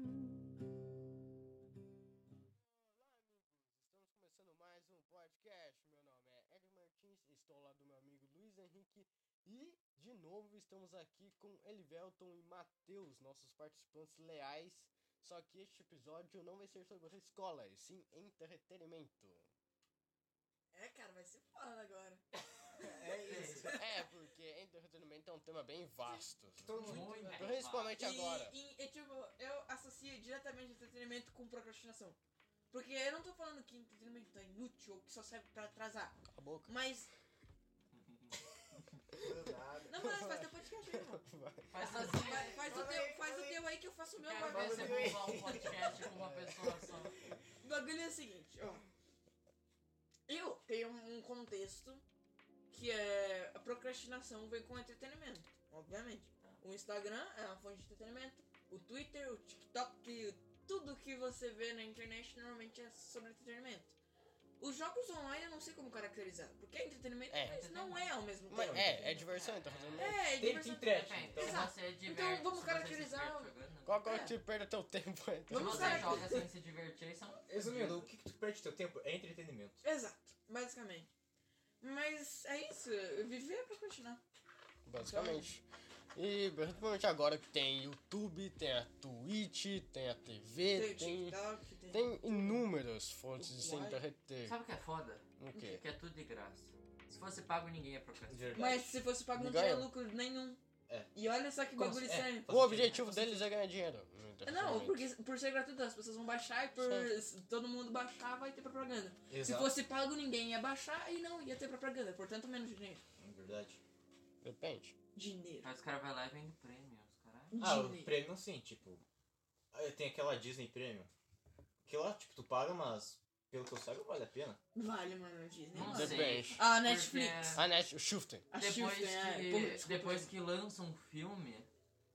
um é Luiz Henrique e de novo estamos aqui com Elivelton e Matheus, nossos participantes leais. Só que este episódio não vai ser sobre escola, e sim entretenimento. É, cara, vai ser foda agora. É isso. é, porque entretenimento é um tema bem vasto. Tô muito velho. bem. Principalmente agora. Então, E, e, tipo, eu associo diretamente entretenimento com procrastinação. Porque eu não tô falando que entretenimento é inútil ou que só serve pra atrasar. Cala a boca. Mas. Do nada. Não, mas faz teu podcast aí, irmão. Faz Faz, assim. faz o teu, faz o teu aí que eu faço o meu Quero agora. ver se faz eu vou bagulho. usar um podcast com uma pessoa só. O bagulho é o seguinte, ó. Eu tenho um contexto que é a procrastinação vem com entretenimento, obviamente. O Instagram é uma fonte de entretenimento, o Twitter, o TikTok, tudo que você vê na internet normalmente é sobre entretenimento. Os jogos online eu não sei como caracterizar, porque é entretenimento, É. mas não é ao mesmo tempo. Mas é, é diversão, entretenimento. é, é Tem que diversão. entrete. Então Exato. você diverte. Então vamos se você caracterizar se o- diverte jogando. Qual que é o que perde teu tempo? Se Vamos você caracterizar. joga sem se divertir, é um são. Resumindo, é o que, que tu perde teu tempo é entretenimento. Exato, basicamente. Mas é isso, viver é procrastinar. Basicamente. E principalmente agora que tem YouTube, tem a Twitch, tem a TV, É, Tem o tem. tá TikTok, tem. Tem inúmeras fontes de se Uai. entreter. Sabe o que é foda? O quê? Que é tudo de graça. Se fosse pago, ninguém ia procrastinar. Mas se fosse pago, não Não ganha. tinha lucro nenhum. É. E olha só que Como bagulho se- é. assim? estranho. O objetivo deles é ganhar dinheiro. no Não, entretenimento. porque por ser gratuito as pessoas vão baixar e por se todo mundo baixar vai ter propaganda. Se Exato. fosse pago, ninguém ia baixar e não ia ter propaganda. Portanto, menos dinheiro. Na é verdade. Depende. Dinheiro. Aí os caras vão lá e vendem prêmio, os caras. Ah, o dinheiro. prêmio sim, tipo. ah, Tem aquela Disney Premium. Que lá, tipo, tu paga, mas pelo que eu saiba, vale a pena. Vale, mano, o Disney. Não mano. sei. Depende. A Netflix. assim? Porque A net, o Shifter. A Depois, Shifter, é. que, Pô, desculpa, depois que lança um filme,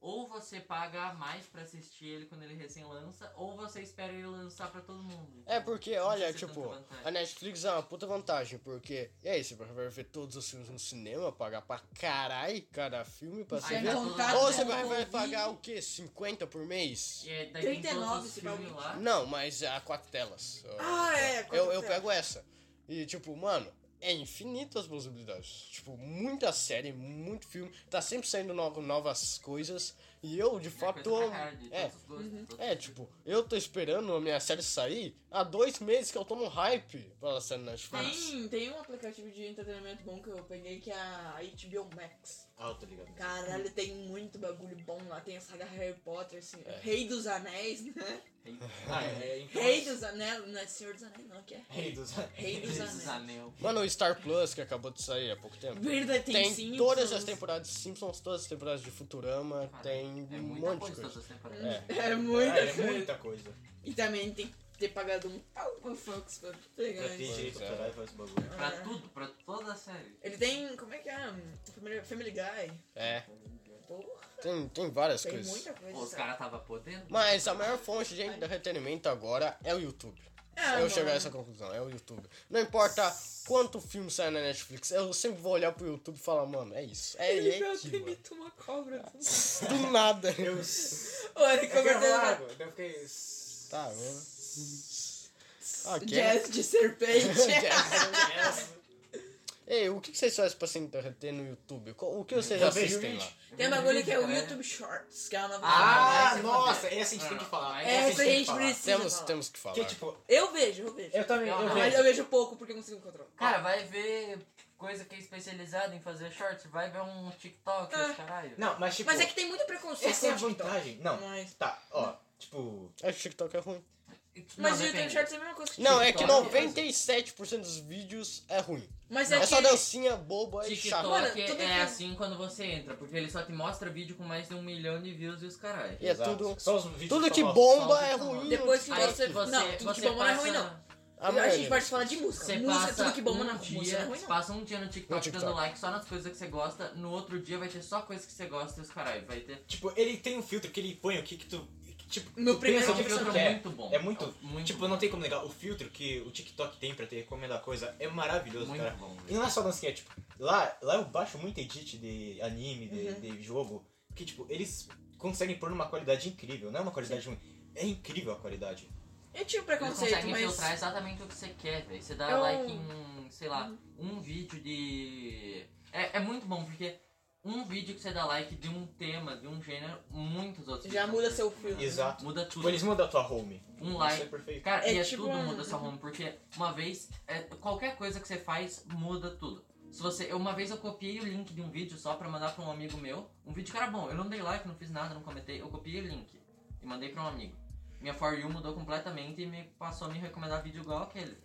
ou você paga a mais pra assistir ele quando ele recém-lança, ou você espera ele lançar pra todo mundo. É porque, Não olha, sei se é tipo, tanta vantagem. a Netflix é uma puta vantagem, porque. E aí, você vai ver todos os filmes no cinema, pagar pra carai cada filme pra você Sem ver. contar Ou com você vai, o vai vídeo. pagar o quê? 50 por mês? E aí, É, daí tem todos 39 os se filmes paga. lá. Não, mas a quatro telas. Ah, é, quatro eu, eu telas. pego essa. E, tipo, mano, é infinitas possibilidades. Tipo, muita série, muito filme. Tá sempre saindo no- novas coisas. E eu, de fato. coisa pra caralho, de é. todos os gostos, todos os É, tipo, eu tô esperando a minha série sair há dois meses que eu tô no hype pra ela sair na Netflix. Tem, tem um aplicativo de entretenimento bom que eu peguei que é a HBO Max. Ah, tá ligado. Caralho, tem muito bagulho bom lá. Tem a saga Harry Potter, assim, É. Rei dos Anéis, né? Ah, é, então. Rei dos Anéis, não é Senhor dos Anéis, não, que é. Rei dos Rei dos Esses Anéis. anel. Mano, o Star Plus que acabou de sair há pouco tempo. Verdade, tem, Tem Simpsons. todas as temporadas de Simpsons, todas as temporadas de Futurama, Cara, tem é um muita monte de coisa. coisa todas as temporadas. É muita É, é coisa. muita coisa. E também tem que ter pagado um pau pra Fox pra pegar Pra ter isso. É. direito Pois é. autoral e fazer bagulho. Pra tudo, pra toda a série. Ele tem, como é que é? Um, Family, Family Guy. É, Porra, tem, tem várias tem coisas. muita coisa. Os sabe? caras tava podendo. Mas a maior fonte de entretenimento agora é o YouTube. Ah, eu chegar a mano. essa conclusão, é o YouTube. Não importa quanto filme sai na Netflix, eu sempre vou olhar pro YouTube e falar, mano, é isso. É, Ele é meu aqui, mano. imita uma cobra. Ah. Do nada. Eu. Olha, que eu Eu verdade. fiquei. Eu fiquei. Tá, mano. Ok. Jazz de serpente. Jazz. Yes. Ei, o que vocês fazem pra se entreter no YouTube? Qual- O que vocês Eu vejo assistem vídeo. lá? Tem um bagulho que é o É. YouTube Shorts, que é uma nova Ah, Ah, vai se nossa, fuder. essa a gente tem que falar. Essa tem a que gente falar. precisa. Temos, falar. temos que falar. Que tipo, Eu vejo, eu vejo. eu também. Eu Não, Mas vejo. eu vejo pouco porque eu consigo controlar. Cara, vai ver coisa que é especializada em fazer shorts, vai ver um TikTok, Ah. os caralho. Não, mas tipo. Mas é que tem muito preconceito. Essa é a com o TikTok. vantagem. Não, Mas- tá, ó. Tipo. Acho que o TikTok é ruim. Mas o depende. YouTube Shorts é a mesma coisa que Não, é que TikTok- 97% dos vídeos é ruim. Mas é, É que... só dancinha boba e TikTok chata. Mano, tudo é, que- assim quando você entra, porque ele só te mostra vídeo com mais de um milhão de views e os caralho. E é exato. tudo. Só os vídeos Tudo que famosos. bomba só é os famosos. ruim. Depois que Aí você... você, não, tudo que você bom não é ruim, passa- não. tá A a maioria. gente pode falar de música. Você música, passa tudo que bom um não é ruim. Música dia, não é ruim, você não. passa um dia no TikTok, No TikTok. dando like só nas coisas que você gosta, no outro dia vai ter só coisas que você gosta e os caralho, vai ter... Tipo, ele tem um filtro que ele põe o que que tu. que, Tipo, No tu primeiro é pensa o um que que tu filtro quer. muito bom. É muito, É muito Tipo, bom. não tem como negar. O filtro que o TikTok tem pra te recomendar coisa é maravilhoso, Muito cara. bom, e não é só dancinha, tipo, lá, lá eu baixo muito edit de anime, de, de jogo. Porque, tipo, eles conseguem pôr numa qualidade incrível. Não é uma qualidade ruim. É incrível a qualidade. Eu tinha um Eles preconceito, conseguem mas... filtrar exatamente o que você quer, velho. Você dá Eu- like em, sei lá, um vídeo de. É, É, é muito bom, porque um vídeo que você dá like de um tema, de um gênero, muitos outros Já vídeos muda vão- seu filme. Exato. Muda tudo. Tipo, eles mudam a tua home. Um Isso é like. perfeito. Cara, É e é tipo tudo um- muda sua home, porque uma vez, é, qualquer coisa que você faz, muda tudo. Se você, eu- uma vez eu copiei o link de um vídeo só pra mandar pra um amigo meu, um vídeo que era bom, eu não dei like, não fiz nada, não comentei, eu copiei o link e mandei pra um amigo. Minha For You mudou completamente e me passou a me recomendar vídeo igual aquele.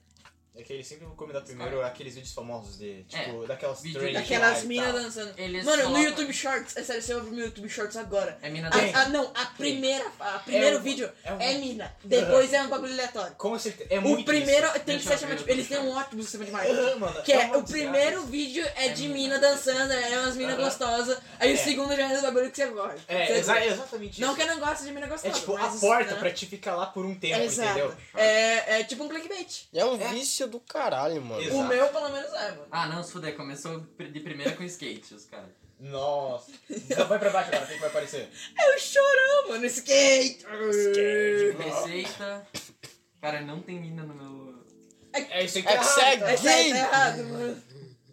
É que eles sempre vão comentar primeiro aqueles vídeos famosos de, tipo, daquelas É, vídeo trends lá Daquelas e minas tal. dançando. Eles Mano, colocam- no YouTube Shorts, é sério, você vai ver meu YouTube Shorts agora. É mina da Tem. A, a- não, a primeira, a primeiro um- vídeo é um- é mina, depois é um bagulho aleatório. Como se... É muito O primeiro tem que Deixa ser eu ver chamativo. o Eles têm um Shorts. ótimo sistema de isso. marketing. Ah, mano, Que é, uma o primeiro desgraça. vídeo é É de mina. mina dançando, é umas mina Aham. gostosas. Aí o É. segundo já é o bagulho que você gosta. É, Você- exa- é exatamente Não isso. que eu não goste de mina É gostosa. tipo mas a isso, porta né? pra te ficar lá por um tempo, Exato. entendeu? É, é tipo um clickbait. É um vício do caralho, mano. Exato. O meu, pelo menos, é, mano. Ah, não, se fuder, começou pr- de primeira com skate, os caras. Nossa. Não, vai pra baixo agora, quem que vai aparecer? É o chorão, mano. Skate. Skate. Tipo, Receita. Cara, não tem mina no meu. É isso aí que É tá que errado, segue. tá? É certo, é errado, mano.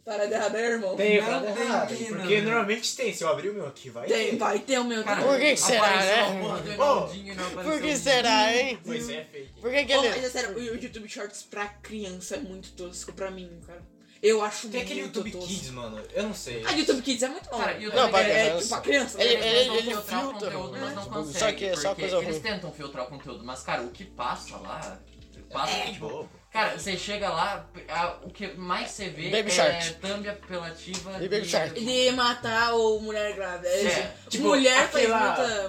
Parada errada, é, irmão. Tem, Não parada tem errada, que, Porque não. normalmente tem, se eu abrir o meu aqui, vai Tem, ter. vai ter o meu Cara, Por também. que será, apareceu né? a porra do Ô, Ronaldinho e não Por apareceu um que ninguém. será, hein? Pô, isso aí é fake. Por que que Pô, ele... mas é sério, o YouTube Shorts pra criança é muito tosco pra mim, cara. Eu acho Tem muito aquele YouTube tosco. Kids, mano. Eu não sei. Ah, YouTube Kids é muito bom. Cara, é, YouTube Não, pra é, criança. tipo pra criança. Ele- né? ele- Eles tentam ele filtrar o filtra conteúdo, mas não o bagulho. conseguem. Só que é só porque coisa Eles ruim. tentam filtrar o conteúdo, mas, cara, o que passa lá. É. Passa Que tipo, bobo. Cara, você chega lá, a- o que mais você vê Baby é Shark. thumb apelativa. E Baby Shark. De matar ou mulher grávida. É, É, isso. tipo, mulher faz aquela-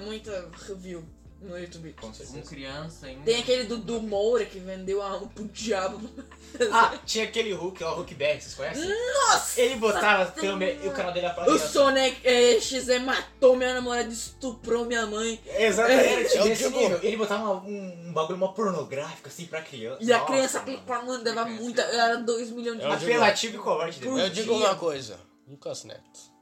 muita, muita review no YouTube Com Kids. Com certeza. criança ainda. Tem aquele do, do Moura que vendeu a alma pro diabo. Ah, tinha aquele Hulk, ó, Hulk BR, vocês conhecem? Nossa! Ele botava também e o canal dele O apareceu. Sonic eh, XZ matou minha namorada, estuprou minha mãe. Exatamente, era É tipo o desse tipo- nível. Ele botava uma- um, um bagulho uma pornográfico assim pra criança. E a Nossa, É, criança mano. reclamando, dava muita. Era 2 milhões de Eu digo- Apelativo e covarde dele. Por Eu digo uma coisa. Lucas Neto.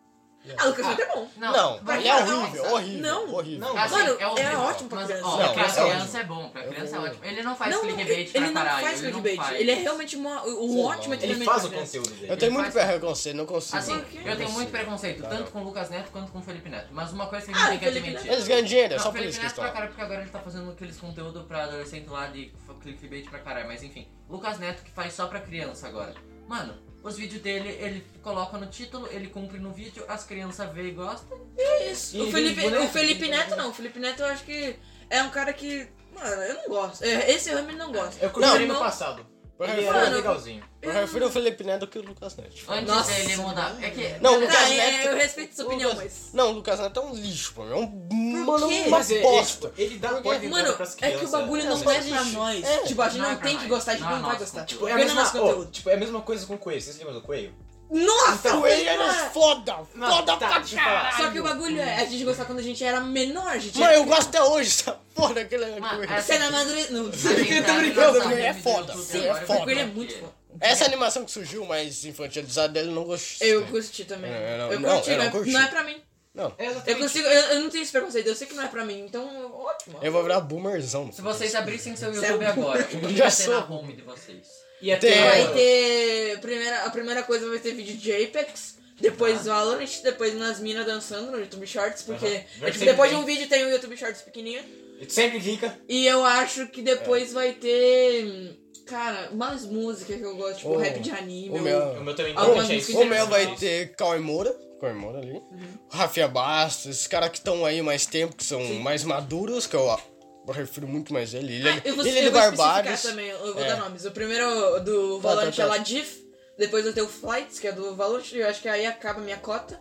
Ah, Lucas Neto é bom. Não, pra ele é criança- horrível, horrível, Não. horrível. Não, Assim, Mano, é, horrível, é ótimo pra mas, criança. Ó, Não, pra criança é criança ótimo. é bom, pra Eu criança é vou- ótimo. Ele não faz não, não, clickbait ele pra não caralho. faz ele clickbait. não faz. Ele é realmente uma- um Sei lá, ótimo mano. Ele entretenimento. faz pra o criança. Eu conteúdo dele. tenho Ele muito faz- preconceito, não consigo. Assim, não eu tenho muito consigo. preconceito, Tá. tanto com o Lucas Neto quanto com o Felipe Neto. Mas uma coisa que a Ah, gente tem que Felipe admitir. Neto. Eles ganham dinheiro, é Não, só por Felipe isso que Neto eles pra estão. caralho, porque agora ele tá fazendo aqueles conteúdos pra adolescente lá de f- clickbait pra caralho, mas enfim. Lucas Neto que faz só pra criança agora. Mano, os vídeos dele, ele coloca no título, ele cumpre no vídeo, as crianças vê e gostam. É isso. E O ele Felipe, boneco, o Felipe ele Neto boneco. não. O Felipe Neto eu acho que é um cara que. Mano, eu não gosto. É, Esse eu realmente não gosto. Eu curti ele Não. no passado. Eu Ele prefiro- era Mano, legalzinho. eu prefiro o Felipe Neto que o Lucas Neto. Antes Nossa. dele mudar. É que. Não, o Tá, Lucas é, Neto. eu respeito sua opinião, Lucas- mas. Não, o Lucas Neto é um lixo, mano. É um. Mano, quê? uma Mas é- bosta. Ele, ele dá Porque- porta de entrada Mano, pras é que o crianças. bagulho não Não, mas é pra existe. nós. É. Tipo, a gente Não não, é pra tem nós. que gostar, a gente Não é não, vai nosso gostar. conteúdo. Tipo, é a Apenas mesma, nosso ó, conteúdo. tipo, é a mesma coisa com o Coelho. Vocês lembram do Coelho? Nossa, Tá Então, foi ele era mara- foda. Não, Foda tá, pra deixa eu falar. caralho. Só que o bagulho é a gente gostar quando a gente era menor, a gente. é Mano, eu gosto até hoje dessa porra daquele. Mano, coisa. essa- é Você era madre. Não, Eu tô eu tá brincando, tô brincando. é foda, Sim, é o foda. bagulho é muito bom. Essa animação que surgiu mais infantilizada dele, eu não gostei. Eu curti também. É, eu não- eu não, curti, eu não mas curti. não é pra mim. Não, Eu consigo, eu, eu não tenho esse preconceito, eu sei que não é pra mim, então ótimo. eu vou virar boomerzão. Se vocês abrissem seu Você é YouTube um- agora, o que Já vai ter sou. na home de vocês? E até... Tem- Vai ter. Primeira, a primeira coisa vai ter vídeo de Apex, depois Ah. Valorant, depois umas minas dançando no YouTube Shorts, porque Aham. é, tipo, Versus depois de Apex. um vídeo tem o YouTube Shorts pequenininho. Sempre clica. E eu acho que depois É. vai ter. hum, Cara, umas músicas que eu gosto, tipo Oh, rap de anime. o ou- O meu. meu também. Algumas Gente, músicas O meu é, vai interessante. ter Cauê Moura, Cauê Moura ali, Uhum. Rafinha Bastos, esses caras que estão aí mais tempo, que são mais maduros, que eu, ó, eu refiro muito mais ele. Ele, é Ah, eu vou, ele eu de vou especificar Barbados. também, eu vou É. dar nomes. O primeiro do Tá, Valorant tá, tá. é Ladif, depois eu tenho o Flights, que é do Valorant, eu acho que aí acaba a minha cota.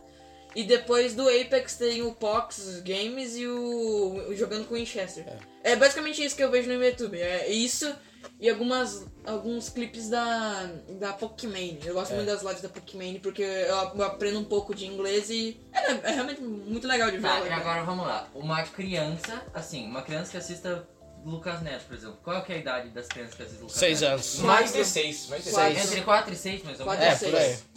E depois do Apex tem o Pox Games e o, o Jogando com Winchester. É. basicamente isso que eu vejo no YouTube. É isso e algumas, alguns clipes da, da Pokimane. É. Eu gosto muito das lives da Pokimane porque eu ap- eu aprendo um pouco de inglês e é, é realmente muito legal de ver. Tá, ela, e cara. agora vamos lá. Uma criança, assim, uma criança que assista Lucas Neto, por exemplo. Qual que é a idade das crianças que assistem Lucas Seis Neto? anos. Mais de seis. Mais de Quatro. seis. Entre 4 e 6, mais ou menos. É. Quatro É, seis. por aí.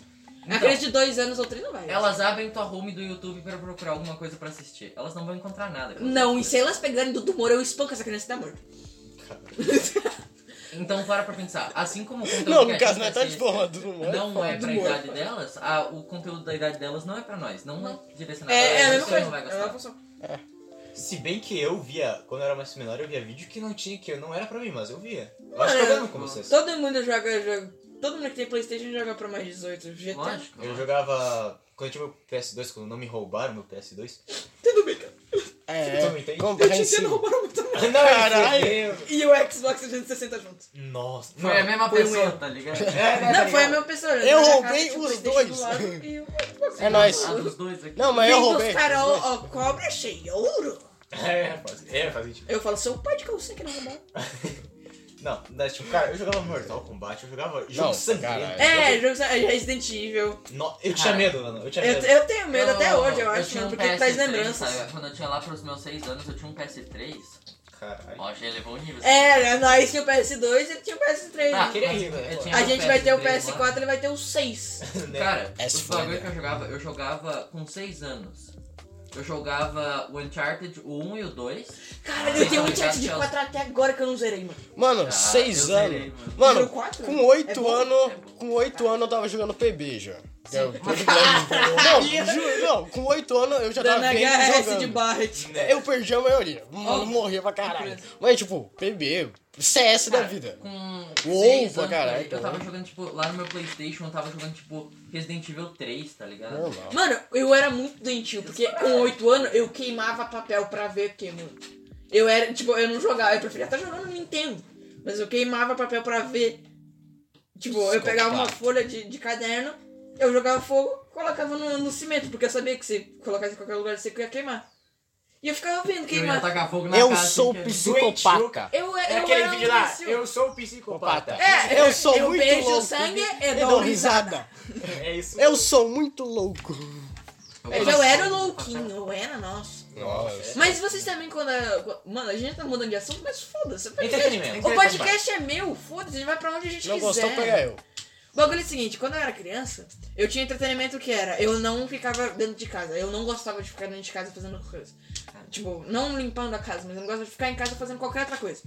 A criança É de dois anos ou três não vai. Elas abrem tua home do YouTube pra procurar alguma coisa pra assistir. Elas não vão encontrar nada. que elas Não, vão e se elas pegarem do tumor, eu espanco essa criança e dá morto. assistir. Então para pra pensar. Assim como o conteúdo Não, que a no caso gente não é tarde de assiste forma do humor. não forma é do pra humor. idade delas, a- o conteúdo da idade delas não é pra nós. Não, é direcionado pra É, é a nós, mesma você coisa. não vai É a mesma gostar. função. Se bem que eu via, quando eu era mais menor, eu via vídeo que não tinha, que não era pra mim, mas eu via. Eu acho que eu Mano, lembro como eu- vocês. Todo mundo joga, joga. Todo mundo que tem Playstation joga pra mais 18. GTA. Lógico. Eu lógico. jogava. Quando eu tinha meu PS2, quando não me roubaram meu PS2. Tudo bem, cara. É, assim? Tudo bem, tá Eu te aí? entendo compreensível. roubaram muito mais. Não, é Caralho! eu- E o Xbox 360 juntos. Nossa. Foi não. a mesma foi um pessoa, erro. tá ligado? É, né, Não, tá foi a ligado? mesma pessoa. Eu Na minha roubei casa tinha um os Playstation do dois. lado e o Xbox. assim. É nóis. A dos dois aqui. Não, mas eu Ah, Vem dos roubei. caras, ó, ó, cobra cheia de ouro. É, faz, é, faz sentido. Eu falo, seu pai de calcinha que não é roubou. Não, mas, tipo, cara, eu jogava Mortal Kombat, eu jogava jogo sangrento. caralho. É, jogo é Resident Evil. No- eu tinha Cara, medo, mano. Eu tinha É. Eu, medo. eu tenho medo até Eu- hoje, eu acho, tinha mano, um porque traz PS3, lembranças. sabe? Quando eu tinha lá pros meus 6 anos, eu tinha um PS3. Caralho. Ó, já elevou o nível. É, nós tinha o PS2 e ele tinha o PS3. Tá, queria mas ir, né? eu tinha a meu gente vai ter o PS3 lá. PS4, ele vai ter o 6. Né? Cara, É os foda. bagulho que eu jogava, eu jogava com 6 anos. Eu jogava o Uncharted, o 1 e o 2. Cara, eu tenho um é chat de Ah, 4 até agora que eu não zerei, mano. Mano, Ah, seis eu zerei, anos. mano. Mano, Número quatro? com oito É bom? Tá. anos. É bom. Com oito anos eu tava jogando PB já. Que é o- não, Caralho! ju- não, com oito anos eu já tava Dando bem HS de jogando. Barret. É. Eu perdi a maioria. Mano, Ó. morria pra caralho. Mas tipo, PB, CS da Cara, vida. Com Uou, seis pra anos, caralho, Eu tava então. jogando, tipo, lá no meu Playstation, eu tava jogando, tipo, Resident Evil 3, tá ligado? Normal. Mano, eu era muito doentio, porque com 8 anos eu queimava papel pra ver queimando. Eu era, tipo, eu não jogava, eu preferia estar jogando no Nintendo. Mas eu queimava papel pra ver. Tipo, eu pegava uma folha de, de caderno, eu jogava fogo, colocava no, no cimento, porque eu sabia que se colocasse em qualquer lugar seco ia queimar. E eu ficava vendo Eu ia queimar. tacar fogo na Eu casa. sou assim, que- psicopata. Eu, eu, tá- É aquele era um vídeo lá, imbecil. eu sou o psicopata. É, Eu sou eu muito beijo louco. sangue e Eu dou dou risada. risada. É isso. Eu sou muito louco. Mas eu era é um louquinho, eu era, nossa. É. Nossa. Mas vocês também, quando. a- Mano, a gente tá mudando de assunto, mas foda-se. o podcast- Entretenimento. O podcast é meu, foda-se, a gente vai pra onde a gente Não quiser. gostou, pega eu. O bagulho é o seguinte: quando eu era criança, eu tinha entretenimento que era. Eu não ficava dentro de casa. Eu não gostava de ficar dentro de casa fazendo coisas. Tipo, não limpando a casa, mas eu não gostava de ficar em casa fazendo qualquer outra coisa.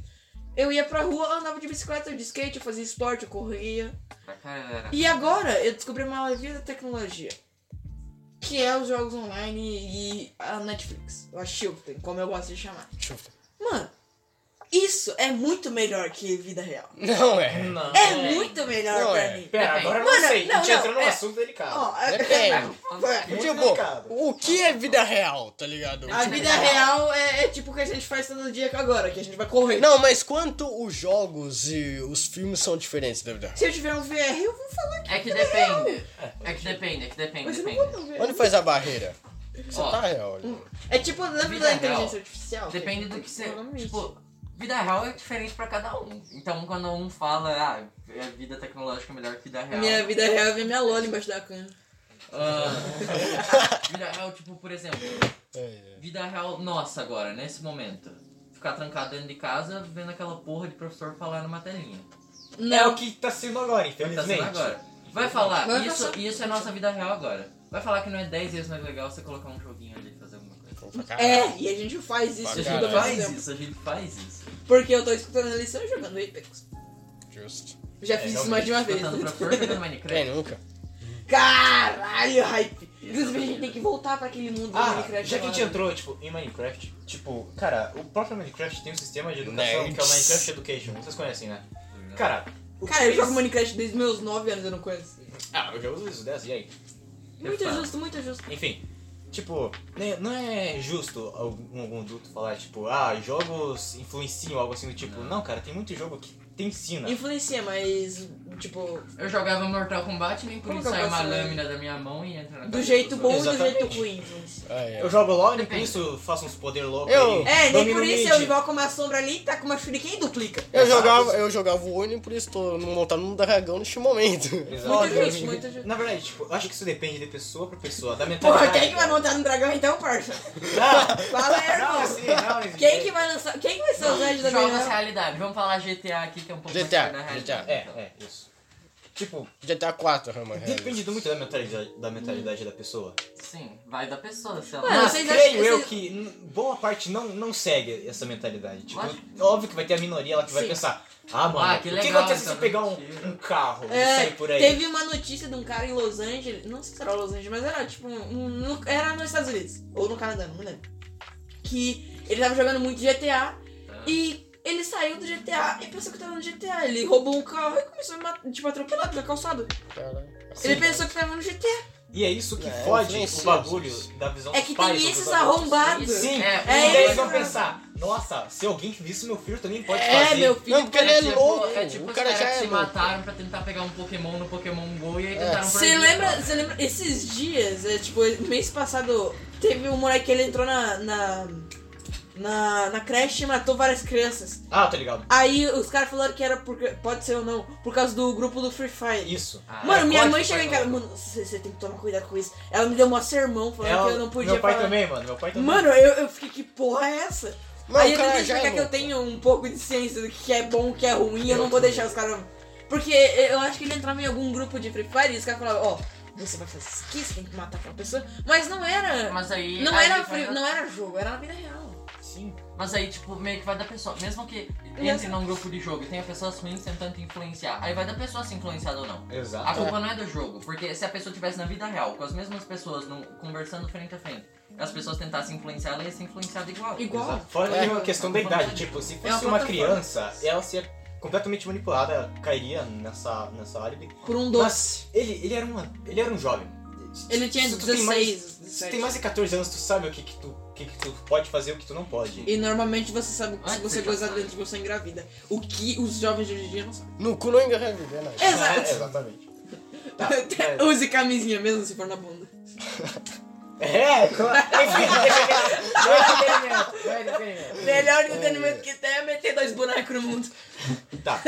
Eu ia pra rua, eu andava de bicicleta, de skate, eu fazia esporte, eu corria. Pra caralho, eu era- E agora eu descobri uma maravilha da tecnologia. Que é os jogos online e a Netflix. Ou a Shilton, como eu gosto de chamar. Deixa eu- Mano, isso é muito melhor que vida real. Não é. Não. É muito melhor Não pra é. mim. Pera, agora eu não Mano, sei. não, a gente não, entrou num é. assunto delicado. Ó, é- Depende. Ué, Muito Tipo, delicado. o que é vida real, tá ligado? a Tipo, vida real é, é tipo o que a gente faz todo dia agora, que a gente vai correr. Não, mas quanto os jogos e os filmes são diferentes da vida real? Se eu tiver um VR, eu vou falar que. É que depende. É que depende, é que depende, Mas eu não depende. vou ter um VR. Onde faz a barreira? Você Ó. tá real, né? É tipo, lembra Vida da real. inteligência artificial? Depende Que- é do que você. Eu é não me- Tipo, vida real é diferente pra cada um. Então quando um fala, ah, a vida tecnológica é melhor que vida real. Minha vida real é ver minha lola embaixo da cama. Ah, vida real, tipo, por exemplo, É, é. vida real nossa agora, nesse momento. Ficar trancado dentro de casa vendo aquela porra de professor falar numa telinha. É Não, o que tá sendo agora, Vai tá sendo infelizmente. agora. Vai falar, Vai isso, passar. isso é nossa vida real agora. Vai falar que não é 10 vezes mais legal você colocar um joguinho ali e fazer alguma coisa. Opa, caralho. É, e a gente faz isso. Pra A tudo gente ao caralho. mesmo faz tempo. isso, a gente faz isso. Porque eu tô escutando a lição e jogando Apex. Justo. Já É, fiz isso mais de uma vez. Escutando o professor jogando Quem Minecraft. nunca? Caralho, hype! Inclusive a gente tem que voltar pra aquele mundo do Ah, Minecraft. já que a gente agora. entrou, tipo, em Minecraft, tipo, cara, o próprio Minecraft tem um sistema de educação que é o Nerds. Minecraft Education. Vocês conhecem, né? Cara, o Cara, que eu jogo eles- Minecraft desde meus 9 anos, eu não conheço. Ah, eu já uso isso 10, e aí? Muito falo. justo, muito justo. Enfim, tipo, né, não é justo algum, algum adulto falar, tipo, ah, jogos influenciam, algo assim do tipo. Não, cara, tem muito jogo que te ensina. Influencia, mas, tipo, Eu jogava Mortal Kombat, nem por Como isso que eu sai uma faço, né? lâmina da minha mão e entra na do cabeça jeito dos bom e do Exatamente. jeito ruim. influencia. Ah, é. Eu jogo LOL e por Depende. isso faço uns poder loucos. Eu- É, nem domino por isso mid. eu invoco uma sombra ali, tá com uma shuriken e duplica. Eu jogava, eu jogava o Oni, por isso tô montando um dragão neste momento. Exato. Muito justo, muito justo. Na verdade, tipo, eu acho que isso depende de pessoa pra pessoa, da Porra, mentalidade. Ah, quem é que vai montar no dragão então, parça? Não, Fala aí, não, irmão. assim, não, assim. Quem que vai lançar. Quem que vai ser o Zed da Jogos minha realidade. Vamos falar GTA aqui, que é um pouco GTA, mais perto da realidade. É, é, isso. Tipo, GTA 4, Rama. é. É depende muito da mentalidade da, mentalidade da pessoa. Sim, vai da pessoa, sei lá. É, Mano, Mas Ah, vocês acham que creio eu vocês- que n- boa parte não, não segue essa mentalidade. Tipo, Lógico. óbvio que vai ter a minoria lá que vai Sim. pensar, Ah, mano. Ah, que o que legal, acontece se tá eu pegar um, mentira. um carro e É, sair por aí? Teve uma notícia de um cara em Los Angeles, não sei se era Los Angeles, mas era tipo. um- um- no- era nos Estados Unidos, ou no Canadá, não me lembro. Que ele tava jogando muito GTA Tá. e ele saiu do GTA e pensou que tava no GTA. Ele roubou um carro e começou a matar, tipo, atropelado na calçada. Ele pensou que tava no GTA. E é isso que É, fode influencia, o bagulho gente. da visão É dos que pais. tem sobre esses os adultos. arrombados. É, Sim, e é daí isso. eles vão pensar, nossa, se alguém que visse meu filho também pode É, fazer. meu filho. Não, porque ele é tipo- louco. É tipo o os cara caras já que é se louco. mataram pra tentar pegar um Pokémon no Pokémon GO e aí É. tentaram um Você proibir. né? lembra, você lembra? Esses dias, é, tipo, mês passado, teve um moleque que ele entrou na. na. na, na creche e matou várias crianças. Ah, tá ligado. Aí os caras falaram que era porque. Pode ser ou não, por causa do grupo do Free Fire. É Isso. Ah, Mano, minha pode, mãe pode chegou em falar. casa. Mano, você você tem que tomar cuidado com isso. Ela me deu uma sermão falando Ela- que eu não podia meu pai falar. também, mano. Meu pai também. Mano, eu, eu fiquei, que porra é essa? Não, Aí o eu cara tentei já é explicar que eu louco. tenho um pouco de ciência do que é bom, o que é ruim, eu não vou deixar os caras. Porque eu acho que ele entrava em algum grupo de Free Fire e os caras falavam, ó, você vai fazer isso aqui, você tem que matar aquela pessoa. Mas não era. Mas aí. não, aí era vai free- dar- não era jogo, era na vida real. Sim. Mas aí, tipo, meio que vai da pessoa. Mesmo que Mas- entre num grupo de jogo e tenha pessoas ruins tentando te influenciar, aí vai da pessoa ser influenciada ou não. A Exato. Ah, culpa não é do jogo, porque se a pessoa tivesse na vida real, com as mesmas pessoas num- conversando frente a frente, e as pessoas tentassem influenciar, ela ia ser influenciada igual. Igual. Exato. Fora É. de uma questão da idade. Tipo, se É uma fosse uma plataforma. criança, ela seria completamente manipulada, cairia nessa, nessa álibi. Por um doce. Mas ele, ele, era uma, ele era um jovem. Ele tinha Se tu tem mais- 16, Se tu 17. tem mais de 14 anos, tu sabe o que, que, tu, o que, que tu pode fazer e o que tu não pode. E normalmente você sabe que se Antes você já gozar sabe. dentro de você engravida. O que os jovens de hoje em dia não sabem. No cu não engarra viver, né? Exato. É, exatamente. Tá. Até Use camisinha mesmo se for na bunda. É, claro. Enfim, não é entretenimento. Melhor entretenimento que tem é meter dois bonecos no mundo. Tá.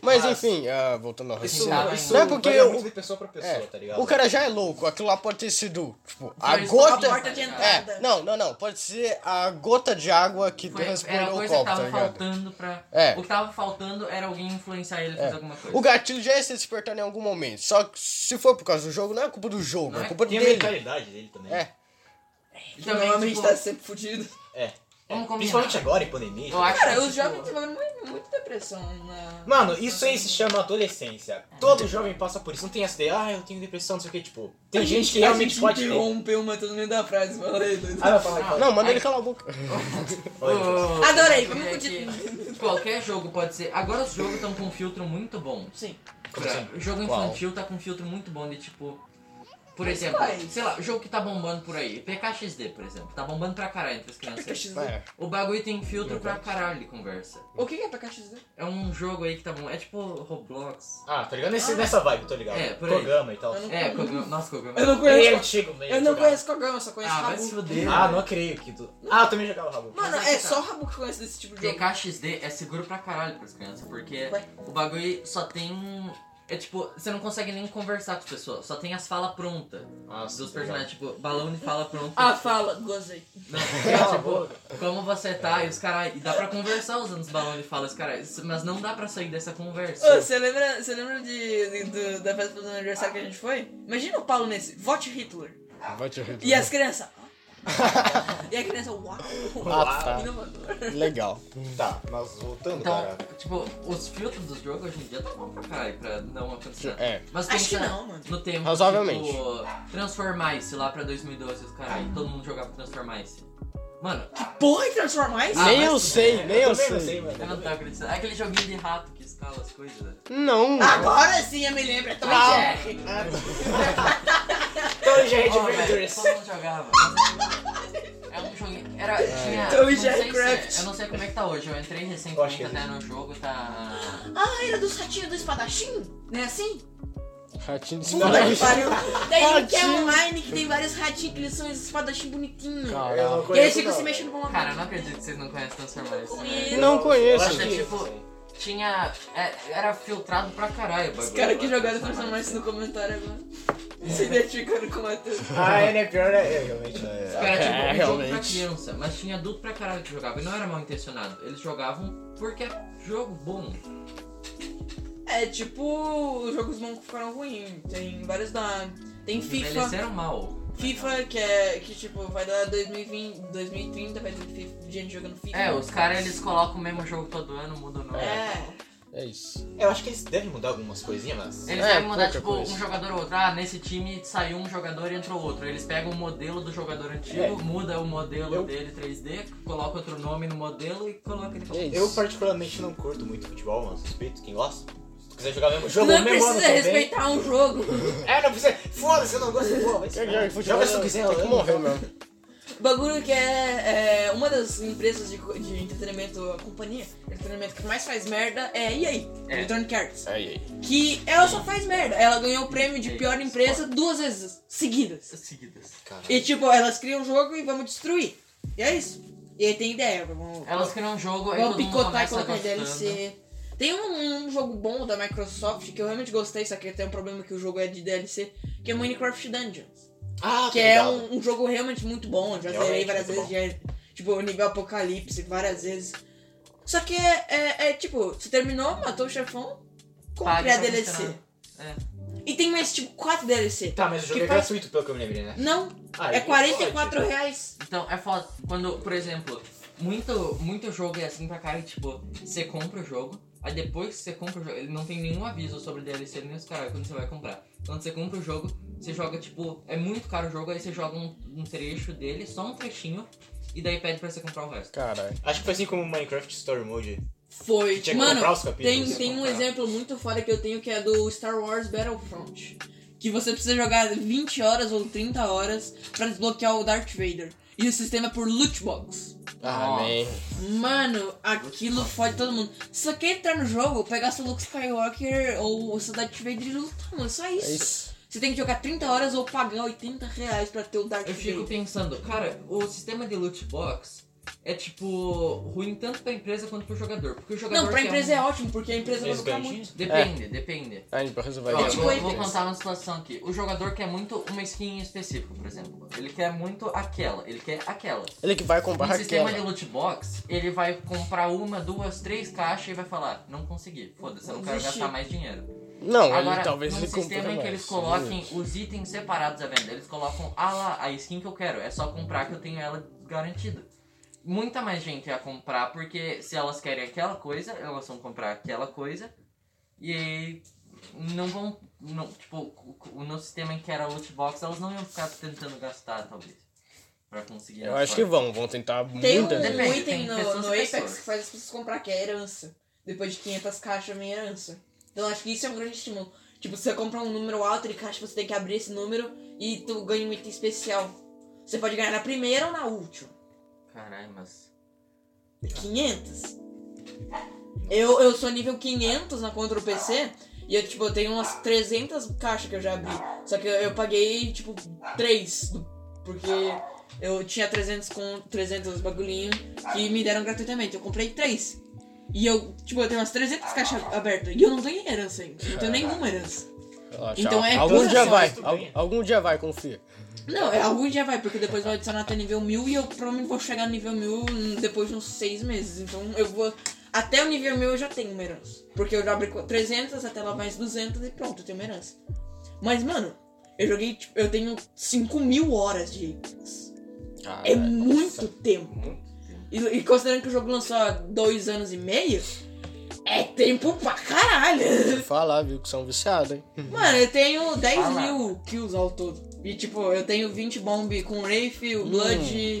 Mas Mas- enfim, ah, voltando ao Isso, raciocínio. isso Não é porque varia eu- muito de pessoa pra pessoa, É, tá ligado? o cara já é louco, aquilo lá pode ter sido, tipo, a Mas gota... a porta de entrada. É, não, não, não, pode ser a gota de água que Foi, era a transportou o coisa copo, que tá tava ligado? faltando pra. É. O que tava faltando era alguém influenciar ele a fazer alguma coisa. O gatilho já ia se despertando em algum momento, só que se for por causa do jogo, não é culpa do jogo, Não é é? culpa Tem a dele. mentalidade dele também. É, E Que Então, também, normalmente tipo, tá sempre fudido. É. Vamos combinar. Principalmente agora em pandemia. Eu acho que, Cara, os tipo, jovens desenvolveram muito, muito depressão né? na. Mano, isso aí se chama adolescência. Todo jovem passa por isso. Não tem essa ideia, ah, eu tenho depressão, não sei o que, tipo. Tem gente, que realmente pode ter. interrompeu uma todo meio da frase, fala aí, doido. Ah, não, fala aí, fala aí. não, manda ele calar a boca. o- Adorei, o- vamos é continuar. que Qualquer jogo pode ser. Agora os jogos estão com um filtro muito bom. Sim. Como Pra- assim? O jogo Qual? infantil tá com um filtro muito bom de tipo. Por Mas exemplo, quais? sei lá, jogo que tá bombando por aí. PKXD, por exemplo. Tá bombando pra caralho entre as crianças. É. O bagulho tem filtro Meu pra caralho de conversa. O que que é PKXD? É um jogo aí que tá bom. É tipo Roblox. Ah, tá ligado? Nesse, nessa vibe, tô ligado. É, por aí. Programa e tal. Eu não- É, Kogama. Nossa, Kogama. Eu não Eu conheço. chego meio. Eu não jogava. conheço Kogama, só conheço Ah, vai se Rabu. fuder. Ah, velho. não acredito que tu. Ah, eu também jogava Rabu. Mano, é só Rabu que conhece desse tipo de jogo. TKXD é seguro pra caralho pras crianças, porque Ué. o bagulho só tem. É tipo, você não consegue nem conversar com as pessoas, só tem as falas prontas é dos Nossa, tá ligado. personagens, tipo, balão de fala pronta. Ah, fala, gozei. Não, Cala a tipo, boca. como você tá e os caras. E dá pra conversar usando os balões de fala, os caras. Mas não dá pra sair dessa conversa. Ô, você lembra, você lembra de, de- do- da festa do aniversário que a gente foi? Imagina o Paulo nesse, vote Hitler. Vai te rir. E as crianças. e a criança, uau. Ah, tá. Inovador. Legal. Tá, mas voltando, Então, cara. tipo, os filtros dos jogos hoje em dia tá bom pra caralho, pra não acontecer. É. Mas Acho que pensa não, mano. No tempo, Razoavelmente. Tipo, Transformice lá pra 2012, os caralho, todo mundo jogava Transformice. Mano, Porra, e transformar isso? Ah, nem mas- eu sei, nem eu também não sei. mano. eu não tava acreditando. É aquele joguinho de rato que escala as coisas. né? Não. Agora sim eu me lembro, é Tom Não. e Jerry. Então, já é Oh, velho, Adventures. todo mundo jogava. É um joguinho. Era. Tinha. Tom e não sei Jerry se- Craft. Eu não sei como é que tá hoje. Eu entrei Eu acho que recentemente é até no jogo, tá. Ah, era dos ratinhos do espadachim? Não é assim? Ratinho de Puta que cidade. pariu. Daí que é Ratinho. online que tem vários ratinhos que eles são esses espadachim bonitinhos. Cara, Eu não E eles ficam conheço, não, se velho. mexendo com uma Cara, eu não acredito que vocês não conhecem Transformice. né? Conheço. Não Eu conheço. acho que- É, tipo, Tinha. é, Era filtrado pra caralho o bagulho. Os caras que lá, jogaram Transformice no comentário agora. Se identificando com o Matheus. Ah, é, né? Pior é, é, realmente. Os caras, tipo, É, um jogo pra realmente. criança, mas tinha adulto pra caralho que jogava. E não era mal intencionado. Eles jogavam porque é jogo bom. É tipo, os jogos bons que ficaram ruins. Tem vários da. Tem FIFA. Envelheceram mal. FIFA que é. que tipo, vai dar 2020, 2030, vai ter FIFA, gente jogando FIFA. É, os caras eles colocam o mesmo jogo todo ano, mudam o nome. É. É isso. Eu acho que eles devem mudar algumas coisinhas, mas. Eles É, devem mudar, pouca tipo, coisa. um jogador ou outro. Ah, nesse time saiu um jogador e entrou outro. Eles pegam o modelo do jogador antigo, É. muda o modelo Eu- dele 3D, coloca outro nome no modelo e coloca ele pra É Eu isso. particularmente não curto muito futebol, mano. Suspeito quem gosta. Se quiser jogar mesmo jogo, Não mesmo ano precisa também. respeitar um jogo. É, não precisa. Foda-se, eu não gosto de bola. Quer que jogue Joga futebol, se tu quiser, tem eu que amo. morreu né? mesmo. Bagulho que é, é, uma das empresas de, co- de entretenimento, a companhia de entretenimento que mais faz merda é a EA, É. Electronic Arts. Aí, aí. Que ela só faz merda. Ela ganhou o prêmio de EA pior empresa duas vezes seguidas. seguidas. E Caralho. tipo, elas criam um jogo e vamos destruir. E é isso. E aí tem ideia, vamos, Elas criam um jogo, aí vamos todo mundo picotar e começa né? colocar gostando. DLC. Tem um, um jogo bom da Microsoft que eu realmente gostei, só que tem um problema que o jogo é de DLC, que é Minecraft Dungeons. Ah, Que é um, um jogo realmente muito bom, eu já Realmente zerei várias vezes, muito já, tipo, nível apocalipse várias vezes. Só que é, é- é, tipo, você terminou, matou o chefão, Paga compre a pra DLC. funcionar. É. E tem mais tipo 4 DLC. Tá, mas o jogo que é faz- gratuito, pelo que eu me lembrei, né? Não, Ah, é então 44 pode. reais. Então, é foda. Quando, por exemplo, muito, muito jogo é assim pra cara, tipo, você compra o jogo, aí depois que você compra o jogo, ele não tem nenhum aviso sobre DLC, nem os caras quando você vai comprar. Quando você compra o jogo, você joga, tipo, é muito caro o jogo, aí você joga um, um trecho dele, só um trechinho, e daí pede pra você comprar o resto. Caralho. Acho que foi assim como o Minecraft Story Mode. Foi. Tinha que Mano, comprar os tem, capítulos. tem um comprar. exemplo muito foda que eu tenho que é do Star Wars Battlefront. Que você precisa jogar 20 horas ou 30 horas pra desbloquear o Darth Vader. E o sistema é por loot box. Ah, Amém. Mano, aquilo fode todo mundo. Se você quer entrar no jogo, pegar seu Luke Skywalker ou o seu Darth Vader e lutar, mano. Só É isso. isso. Você tem que jogar 30 horas ou pagar 80 reais pra ter o Darth Eu fico Vader. pensando, cara, o sistema de loot box é, tipo, ruim tanto pra empresa quanto pro jogador. Porque o jogador. Não, pra quer empresa um- é ótimo, porque a empresa vai Eles lucrar ganham muito. Depende, depende. Aí, pra Ah, resolver. Ó, É eu tipo vou, a vou empresa. contar uma situação aqui. O jogador quer muito uma skin específica, por exemplo. Ele quer muito aquela, ele quer aquela. Ele que vai comprar No sistema de aquela. loot box, ele vai comprar uma, duas, três caixas e vai falar, não consegui, foda-se, eu não quero Desistir. gastar mais dinheiro. Não, Agora, ele talvez num ele compre sistema em que eles coloquem os itens separados à venda, eles colocam, ah lá, a skin que eu quero, é só comprar que eu tenho ela garantida. Muita mais gente ia comprar, porque se elas querem aquela coisa, elas vão comprar aquela coisa, e aí não vão, não, tipo, o- o- no sistema em que era loot box, elas não iam ficar tentando gastar, talvez, pra conseguir. Eu a acho que sorte. vão, vão tentar Tem um, muitas Depende, vezes. item tem no, pessoas no e Apex pessoas. que faz as pessoas comprar, que é herança. Depois de 500 caixas vem herança. Então acho que isso é um grande estímulo. Tipo, você compra um número alto de caixa, você tem que abrir esse número e tu ganha um item especial. Você pode ganhar na primeira ou na última. Caralho, mas... 500. Eu, eu sou nível 500 na contra o PC e eu, tipo, eu tenho umas 300 caixas que eu já abri. Só que eu, eu paguei, tipo, 3. Porque eu tinha 300 com 300 bagulhinho que me deram gratuitamente. Eu comprei 3. E eu, tipo, eu tenho umas 300 caixas abertas e eu não tenho herança ainda. Eu Não tenho nenhuma herança. Relaxa, Então é algum pura dia sorte, vai, tudo al- bem. algum dia vai, confia. Não, é, algum dia vai, porque depois vai adicionar até nível 1000 e eu provavelmente vou chegar no nível 1000 hum, depois de uns 6 meses. Então eu vou. Até o nível 1000 eu já tenho uma herança. Porque eu já abri com 300, até lá mais 200 e pronto, eu tenho uma herança. Mas, mano, eu joguei. Tipo, eu tenho 5 mil horas de Apex. É Caralho, muito tempo. Muito E, e considerando que o jogo lançou há 2 anos e meio, é tempo pra caralho. nossa, Falar, viu, que são viciados, hein? Mano, eu tenho 10 Fala. mil kills ao todo. E tipo, eu tenho 20 bomb com Rafe, o Blood.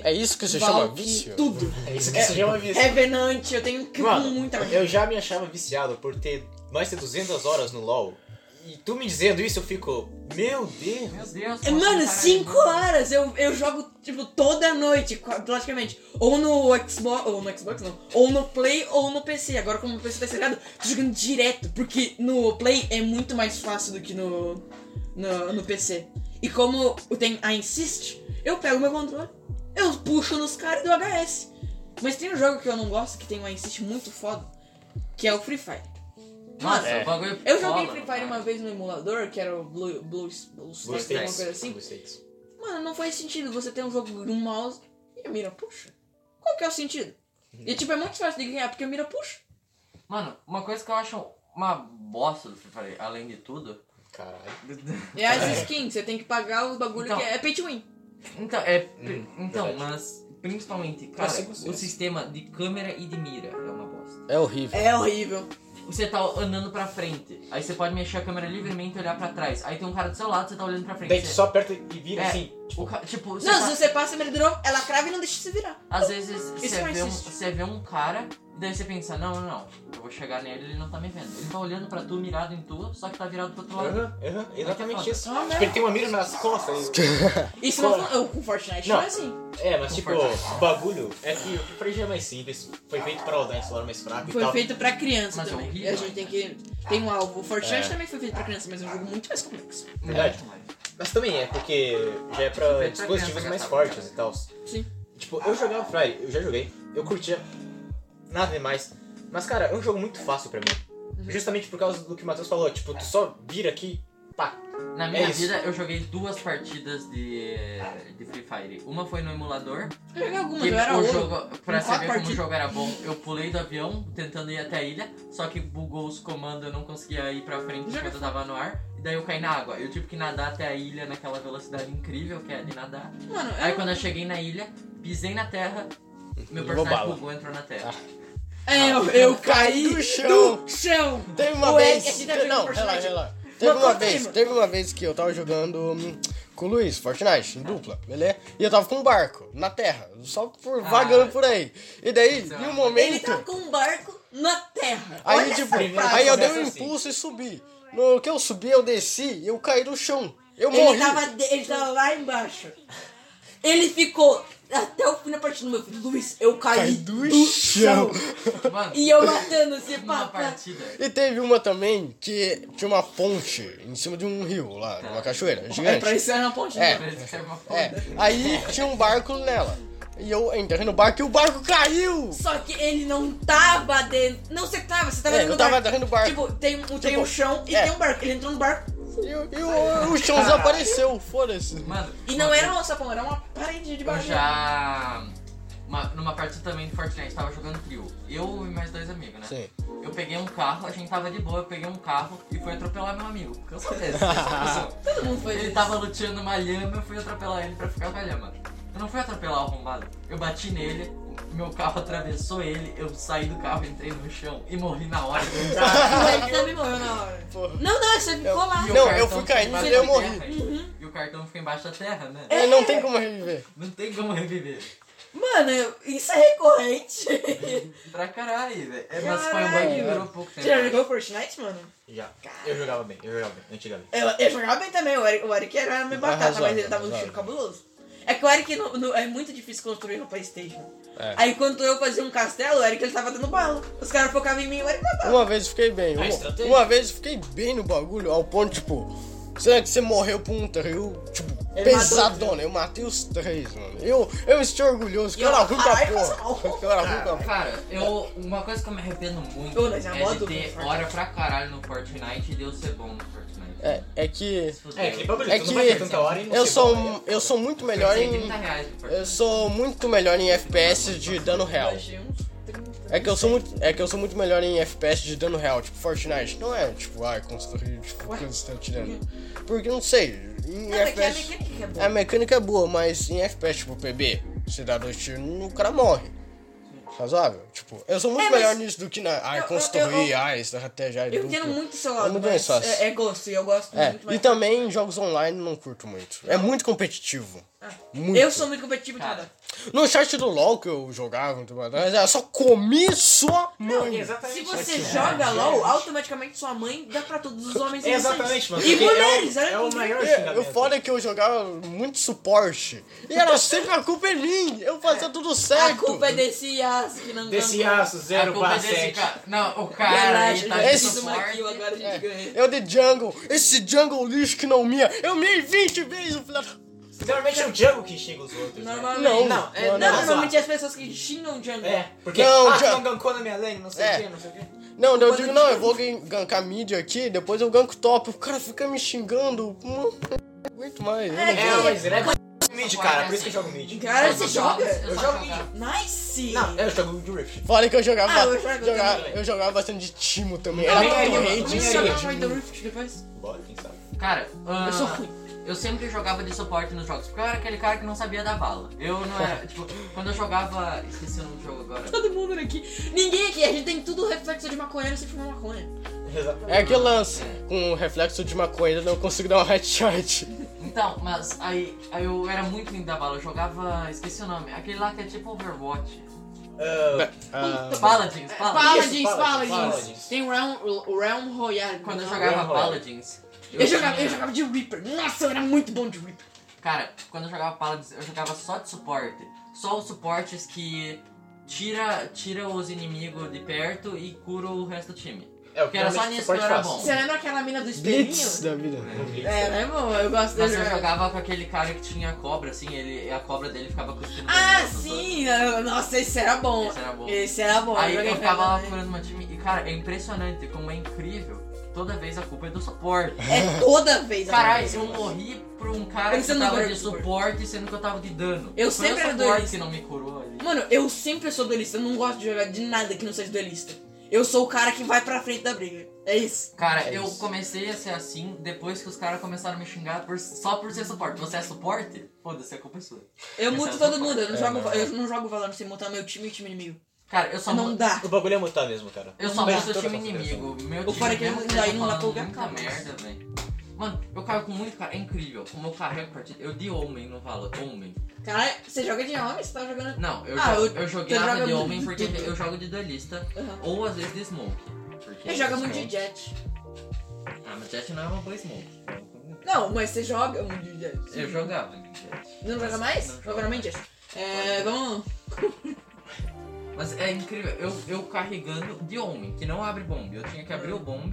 Hum, é isso que se chama Valk, vício? Tudo. É isso que se chama vício. Revenant, eu tenho que Mano, muita Eu já me achava viciado por ter mais de 200 horas no LoL. E tu me dizendo isso, eu fico... Meu Deus. Meu Deus, É, nossa, Mano, caralho. 5 horas eu, eu jogo, tipo, toda noite, qua- praticamente. Ou no Xbox, ou no Xbox não, ou no Play ou no PC. Agora, como o PC tá seriado, tô jogando direto, porque no Play é muito mais fácil do que no, no, no PC. E como tem a Insist, eu pego meu controle, eu puxo nos caras do HS. Mas tem um jogo que eu não gosto, que tem uma Insist muito foda, que é o Free Fire. Nossa, É. o bagulho Eu joguei cola, Free Fire cara. uma vez no emulador, que era o Blue, Blue, Blue, Blue Stacks, alguma Stakes. coisa assim. Blue Stakes. Mano, não faz sentido você ter um jogo no mouse e a mira puxa. Qual que é o sentido? E tipo, é muito fácil de ganhar porque a mira puxa. Mano, uma coisa que eu acho uma bosta do Free Fire, além de tudo. Caralho. É as skins, você tem que pagar os bagulho Então. que é, é pay to win. Então, é. pri- Hum, então, verdade. mas principalmente, Mas cara, eu gostei. o sistema de câmera e de mira é uma bosta. É horrível. É horrível. você tá andando pra frente. Aí você pode mexer a câmera livremente e olhar pra trás. Aí tem um cara do seu lado, você tá olhando pra frente. Daí tu Você- só aperta e vira É. assim. o Tipo, ca- tipo, você Não, tá- se você passa ele de novo, ela crava e não deixa você virar. às vezes você não vê, um, existe. você vê um cara e daí você pensa, não, não, não, eu vou chegar nele ele não tá me vendo. Ele tá olhando pra tu, mirado em tu, só que tá virado pro outro lado. aham, aham, exatamente foda. isso. Ah, Tipo, ele tem uma mira nas costas. Isso não Agora- funciona. Com Fortnite não, Não. é assim. É, mas tipo, Confortável. o bagulho é que o Free Fire é mais simples, foi feito pra rodar em celular mais fraco e Foi tal. feito pra criança Mas é também. horrível, É. a gente tem que. Tem um alvo. O Fortnite também foi feito pra criança, mas é um jogo muito mais complexo. Verdade. Muito mais. Mas também é, porque já é Foi feito pra pra dispositivos criança mais gastar fortes muito. e tal. Sim. Tipo, eu jogava Free, Fire, eu já joguei, eu curtia, nada demais. Mas cara, é um jogo muito fácil pra mim. Justamente por causa do que o Matheus falou, tipo, tu só vira aqui, pá. Na minha É isso. vida, eu joguei duas partidas de, de Free Fire. Uma foi no emulador, Eu joguei algumas, que eu era o ouro. jogo, pra Em você qual ver como o partida? jogo era bom, eu pulei do avião tentando ir até a ilha, só que bugou os comandos, eu não conseguia ir pra frente Joga enquanto eu tava no ar, e daí eu caí na água. Eu tive que nadar até a ilha naquela velocidade incrível que é de nadar. Mano, Aí eu- quando eu cheguei na ilha, pisei na terra, meu Levou personagem bala. bugou entrou na terra. É, eu, eu caí Do chão. do chão. Teve uma Ô, Eric, vez. a gente tá jogando não, Fortnite. relaxa, relaxa. Teve uma conta aí, vez, mano. teve uma vez que eu tava jogando hum, com o Luiz, Fortnite, em dupla, beleza? E eu tava com um barco, na terra, só por, Ah. vagando por aí. E daí, Então, em um Ele momento. tá com um barco na terra. Aí, Olha tipo, essa primeira frase. aí eu dei um conversa assim. impulso e subi. No que eu subi, eu desci e eu caí no chão. Eu morri. Ele tava, de- ele tava lá embaixo. Ele ficou até o fim da partida do meu filho. Luiz, eu caí Caí do, do chão. chão. Mano, E eu matando esse uma papo. partida. E teve uma também que tinha uma ponte em cima de um rio lá, de uma cachoeira É, pra gigante. isso era na ponte. É. né? Parece que é uma É, foda. aí tinha um barco nela. E eu entrei no barco e o barco caiu! Só que ele não tava dentro. Não, você tava, você tava É, dentro eu do tava barco. dentro do barco. Tipo, tem, um- tem Tipo, um chão e é. tem um barco. Ele entrou no barco E, o- e o, o chão desapareceu, foda-se. Mano, e uma não vez- era um sapão, era uma parede de Eu barco. já. uma- numa partida também de Fortnite, tava jogando trio. Eu e mais dois amigos, né? Sim. Eu peguei um carro, a gente tava de boa, eu peguei um carro e fui atropelar meu amigo. Porque eu sou desse, dessa pessoa. Todo mundo foi. Ele desse. tava luteando uma lhama, eu fui atropelar ele pra ficar com a lhama. Eu não fui atropelar o arrombado. Eu bati nele, meu carro atravessou ele, eu saí do carro, entrei no chão e morri na hora. Ele também morreu na hora. Não, não, você É ficou lá. E o Não, eu cartão fui fica caindo embaixo e eu da morri. terra. E o cartão fica embaixo da terra, né? É, não tem como reviver. Não tem como reviver. Mano, eu- isso é recorrente. Pra caralho, velho. É, Mas foi um Caralho, bug que velho. durou pouco Você já tempo. jogou Fortnite, mano? Já. Eu jogava bem, eu jogava bem, antigamente. Eu, eu jogava bem também, o Eric, o Eric era meio batata, Arrasou, mas ele dava um arrasou. tiro cabuloso. É que o Eric não- não- é muito difícil construir no Playstation. É. Aí quando eu fazia um castelo, o Eric ele tava dando bala. Os caras focavam em mim, o Eric dava bala. Uma vez eu fiquei bem. A Uma, estratégia. uma vez eu fiquei bem no bagulho, ao ponto, tipo, será que você morreu por um trio, tipo, Ele pesadona? Eu matei os três, mano. Eu, eu estou orgulhoso, que E eu era eu- ruim pra Caralho, passa mal. porra. Que eu era ruim pra porra. Cara, eu. Uma coisa que eu me arrependo muito Ô, é mas é a moda de do ter Fortnite. hora pra caralho no Fortnite e de eu ser bom no Fortnite. É, é que. Se fudeu. É, aquele bagulho, É tu não vai ter que tanta hora e não Eu sei sou, qual é. um- eu sou muito Eu melhor gastei em. 30 reais no Eu Fortnite. sou muito melhor em FPS de dano real. Achei um uns 30. É que eu sou muito, é que eu sou muito melhor em FPS de dano real, tipo Fortnite. Não é tipo, ah, construir, tipo, Ué? constante dano. Porque não sei, em Não, é que a FPS. mecânica que é A boa. mecânica é boa, mas em FPS tipo PB, você dá dois tiros o cara morre. Razoável? Tipo, eu sou muito É, mas- melhor nisso do que na. Ah, Eu- eu- construir, eu- ah, estratégia. Eu entendo muito o seu É lado, muito mais mas fácil. é, é gosto, e eu gosto É, muito e mais. também em jogos online não curto muito. É muito competitivo. é Muito. Ah. Eu sou muito competitivo de Cara, nada. No chat do LOL que eu jogava, muito mais, mas era só comi sua mãe. Exatamente. Se você joga LOL, automaticamente sua mãe dá pra todos os homens Exatamente, mano. inocentes. E porque é o- mulheres, é o olha maior É, xingamento. o foda é que eu jogava muito suporte. E era sempre a culpa em mim. Eu fazia tudo A certo. culpa é desse Yas que não É Desse cantou. aço A 0 culpa é para desse 7. cara. Não, o cara, Relaxa, ele tá já de Esse- fiz uma kill, suporte. agora a gente É. ganha. Eu de jungle. Esse jungle lixo que não mia. Eu miei 20 vezes, filha da... Normalmente é o Django que xinga os outros. né? Normalmente. Não, Não, é- mano. Não, Nossa. normalmente as pessoas que xingam o Jungle. É, porque Não, ah, tu Django- não gankou na minha lane, não sei É. o que, não sei o que. Não, daí eu Quando digo, eu não, digo- eu vou gan- gankar mid aqui, depois eu ganko top. O cara fica me xingando. Mano, eu não aguento mais. eu não É, É, vou. mas ele é mid, cara, por isso que eu jogo mid. Cara, Eu você só joga? jogo- eu Eu só jogo jogava. mid. Nice! Não, eu jogo de Rift. Fora que eu jogava, Ah, eu jogo jogava- também. eu jogava bastante de Timo também. Também Era é, muito mano, hate, também isso é era hate. de- Mind the Rift então, depois. Bora, quem sabe. Cara, ah, Eu sou ruim. Eu sempre jogava de suporte nos jogos, porque eu era aquele cara que não sabia dar bala. Eu não era, tipo, quando eu jogava. Esqueci o nome do jogo agora. Todo mundo aqui. Ninguém aqui. A gente tem tudo reflexo de maconheiro sem fumar maconha. Exatamente. É aquele lance. Com o reflexo de maconha, eu não consigo dar um headshot. Então, mas aí, aí eu era muito lindo da bala, eu jogava. Esqueci o nome. Aquele lá que é tipo Overwatch. Ah, Ah, Paladins, Paladins. É, Paladins, Paladins. Paladins, Paladins. Paladins. Tem o Realm, o Realm Royale. Quando eu Não. jogava Royal. Paladins. Eu, jogava, eu jogava de Reaper. Nossa, eu era muito bom de Reaper. Cara, quando eu jogava Paladins, eu jogava só de suporte. Só os suportes que tira, tira os inimigos de perto e cura o resto do time. é, o Que era só realmente nisso suporte que eu era fácil. bom. Você lembra aquela mina do Blitz espelhinho? da vida. É, né, bom? Eu gosto Mas dele. eu jogava com aquele cara que tinha cobra, assim, ele, a cobra dele ficava cuspindo. Ah, veneno, tudo. sim! eu- Nossa, esse era bom. Esse era bom. Esse era bom. Aí joguei eu ficava lá também. curando meu time. E cara, é impressionante como é incrível. Toda vez a culpa é do suporte. É toda vez. Caralho, eu morri por um cara Ele que sendo tava agora de do suporte. suporte, sendo que eu tava de dano. Eu Foi sempre o era suporte duelista. que não me curou ali. Mano, eu sempre sou duelista. Eu não gosto de jogar de nada que não seja duelista. Eu sou o cara que vai pra frente da briga. É isso. Cara, É eu isso. comecei a ser assim depois que os caras começaram a me xingar por- só por ser suporte. Você é suporte? Foda-se, a culpa é sua. Eu Esse muto é o todo suporte. mundo. Eu não, É, jogo, não. eu não jogo valor sem montar meu time e time inimigo. Cara, eu só não mu- dá. O bagulho é mutar mesmo, cara. Eu só Mas mudo o toda time consideração. inimigo. Meu O time fora é que mesmo não- que esteja aí não dá pra falando jogar. muita merda, velho. Mano, eu carrego muito, cara. É incrível como eu carrego partida. Eu de homem não falo. Homem. Cara, você joga de homem? Você tá jogando. Não, eu, Ah, jo- eu- eu, joguei tu nada joga de muito homem de porque tudo. eu jogo de duelista. Aham. Ou às vezes de smoke. Porque Eu jogo muito de smoke- jet. Ah, mas jet não é uma boa smoke. Não, mas você joga muito de jet. Eu jogava de jet. Não joga Mas mais? não jogo Agora mais. mente. É, vamos. Mas é incrível, eu, eu carregando de homem, que não abre bomb. Eu tinha que abrir o bomb.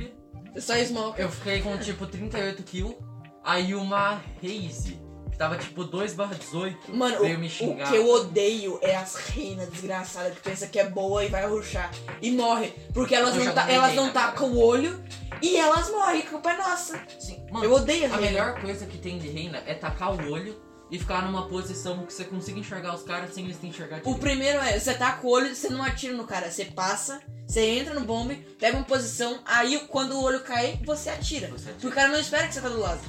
Só smoke. Eu fiquei com tipo 38 kill. Aí uma Haze, que tava tipo 2 barra 18, Mano, veio o, me o xingar. que eu odeio é as reinas desgraçadas que pensa que é boa e vai ruxar e morre. Porque elas Eu não, já tá, morri, elas né, não cara? tacam o olho e elas morrem, a culpa é nossa. Sim, Eu mano, odeio as a reinas. melhor coisa que tem de reina é tacar o olho e ficar numa posição que você consiga enxergar os caras sem eles te enxergar O direito. primeiro é, você taca o olho, você não atira no cara, você passa, você entra no bombe, pega uma posição, aí quando o olho cair, você atira. Você atira. Porque o cara não espera que você tá do lado.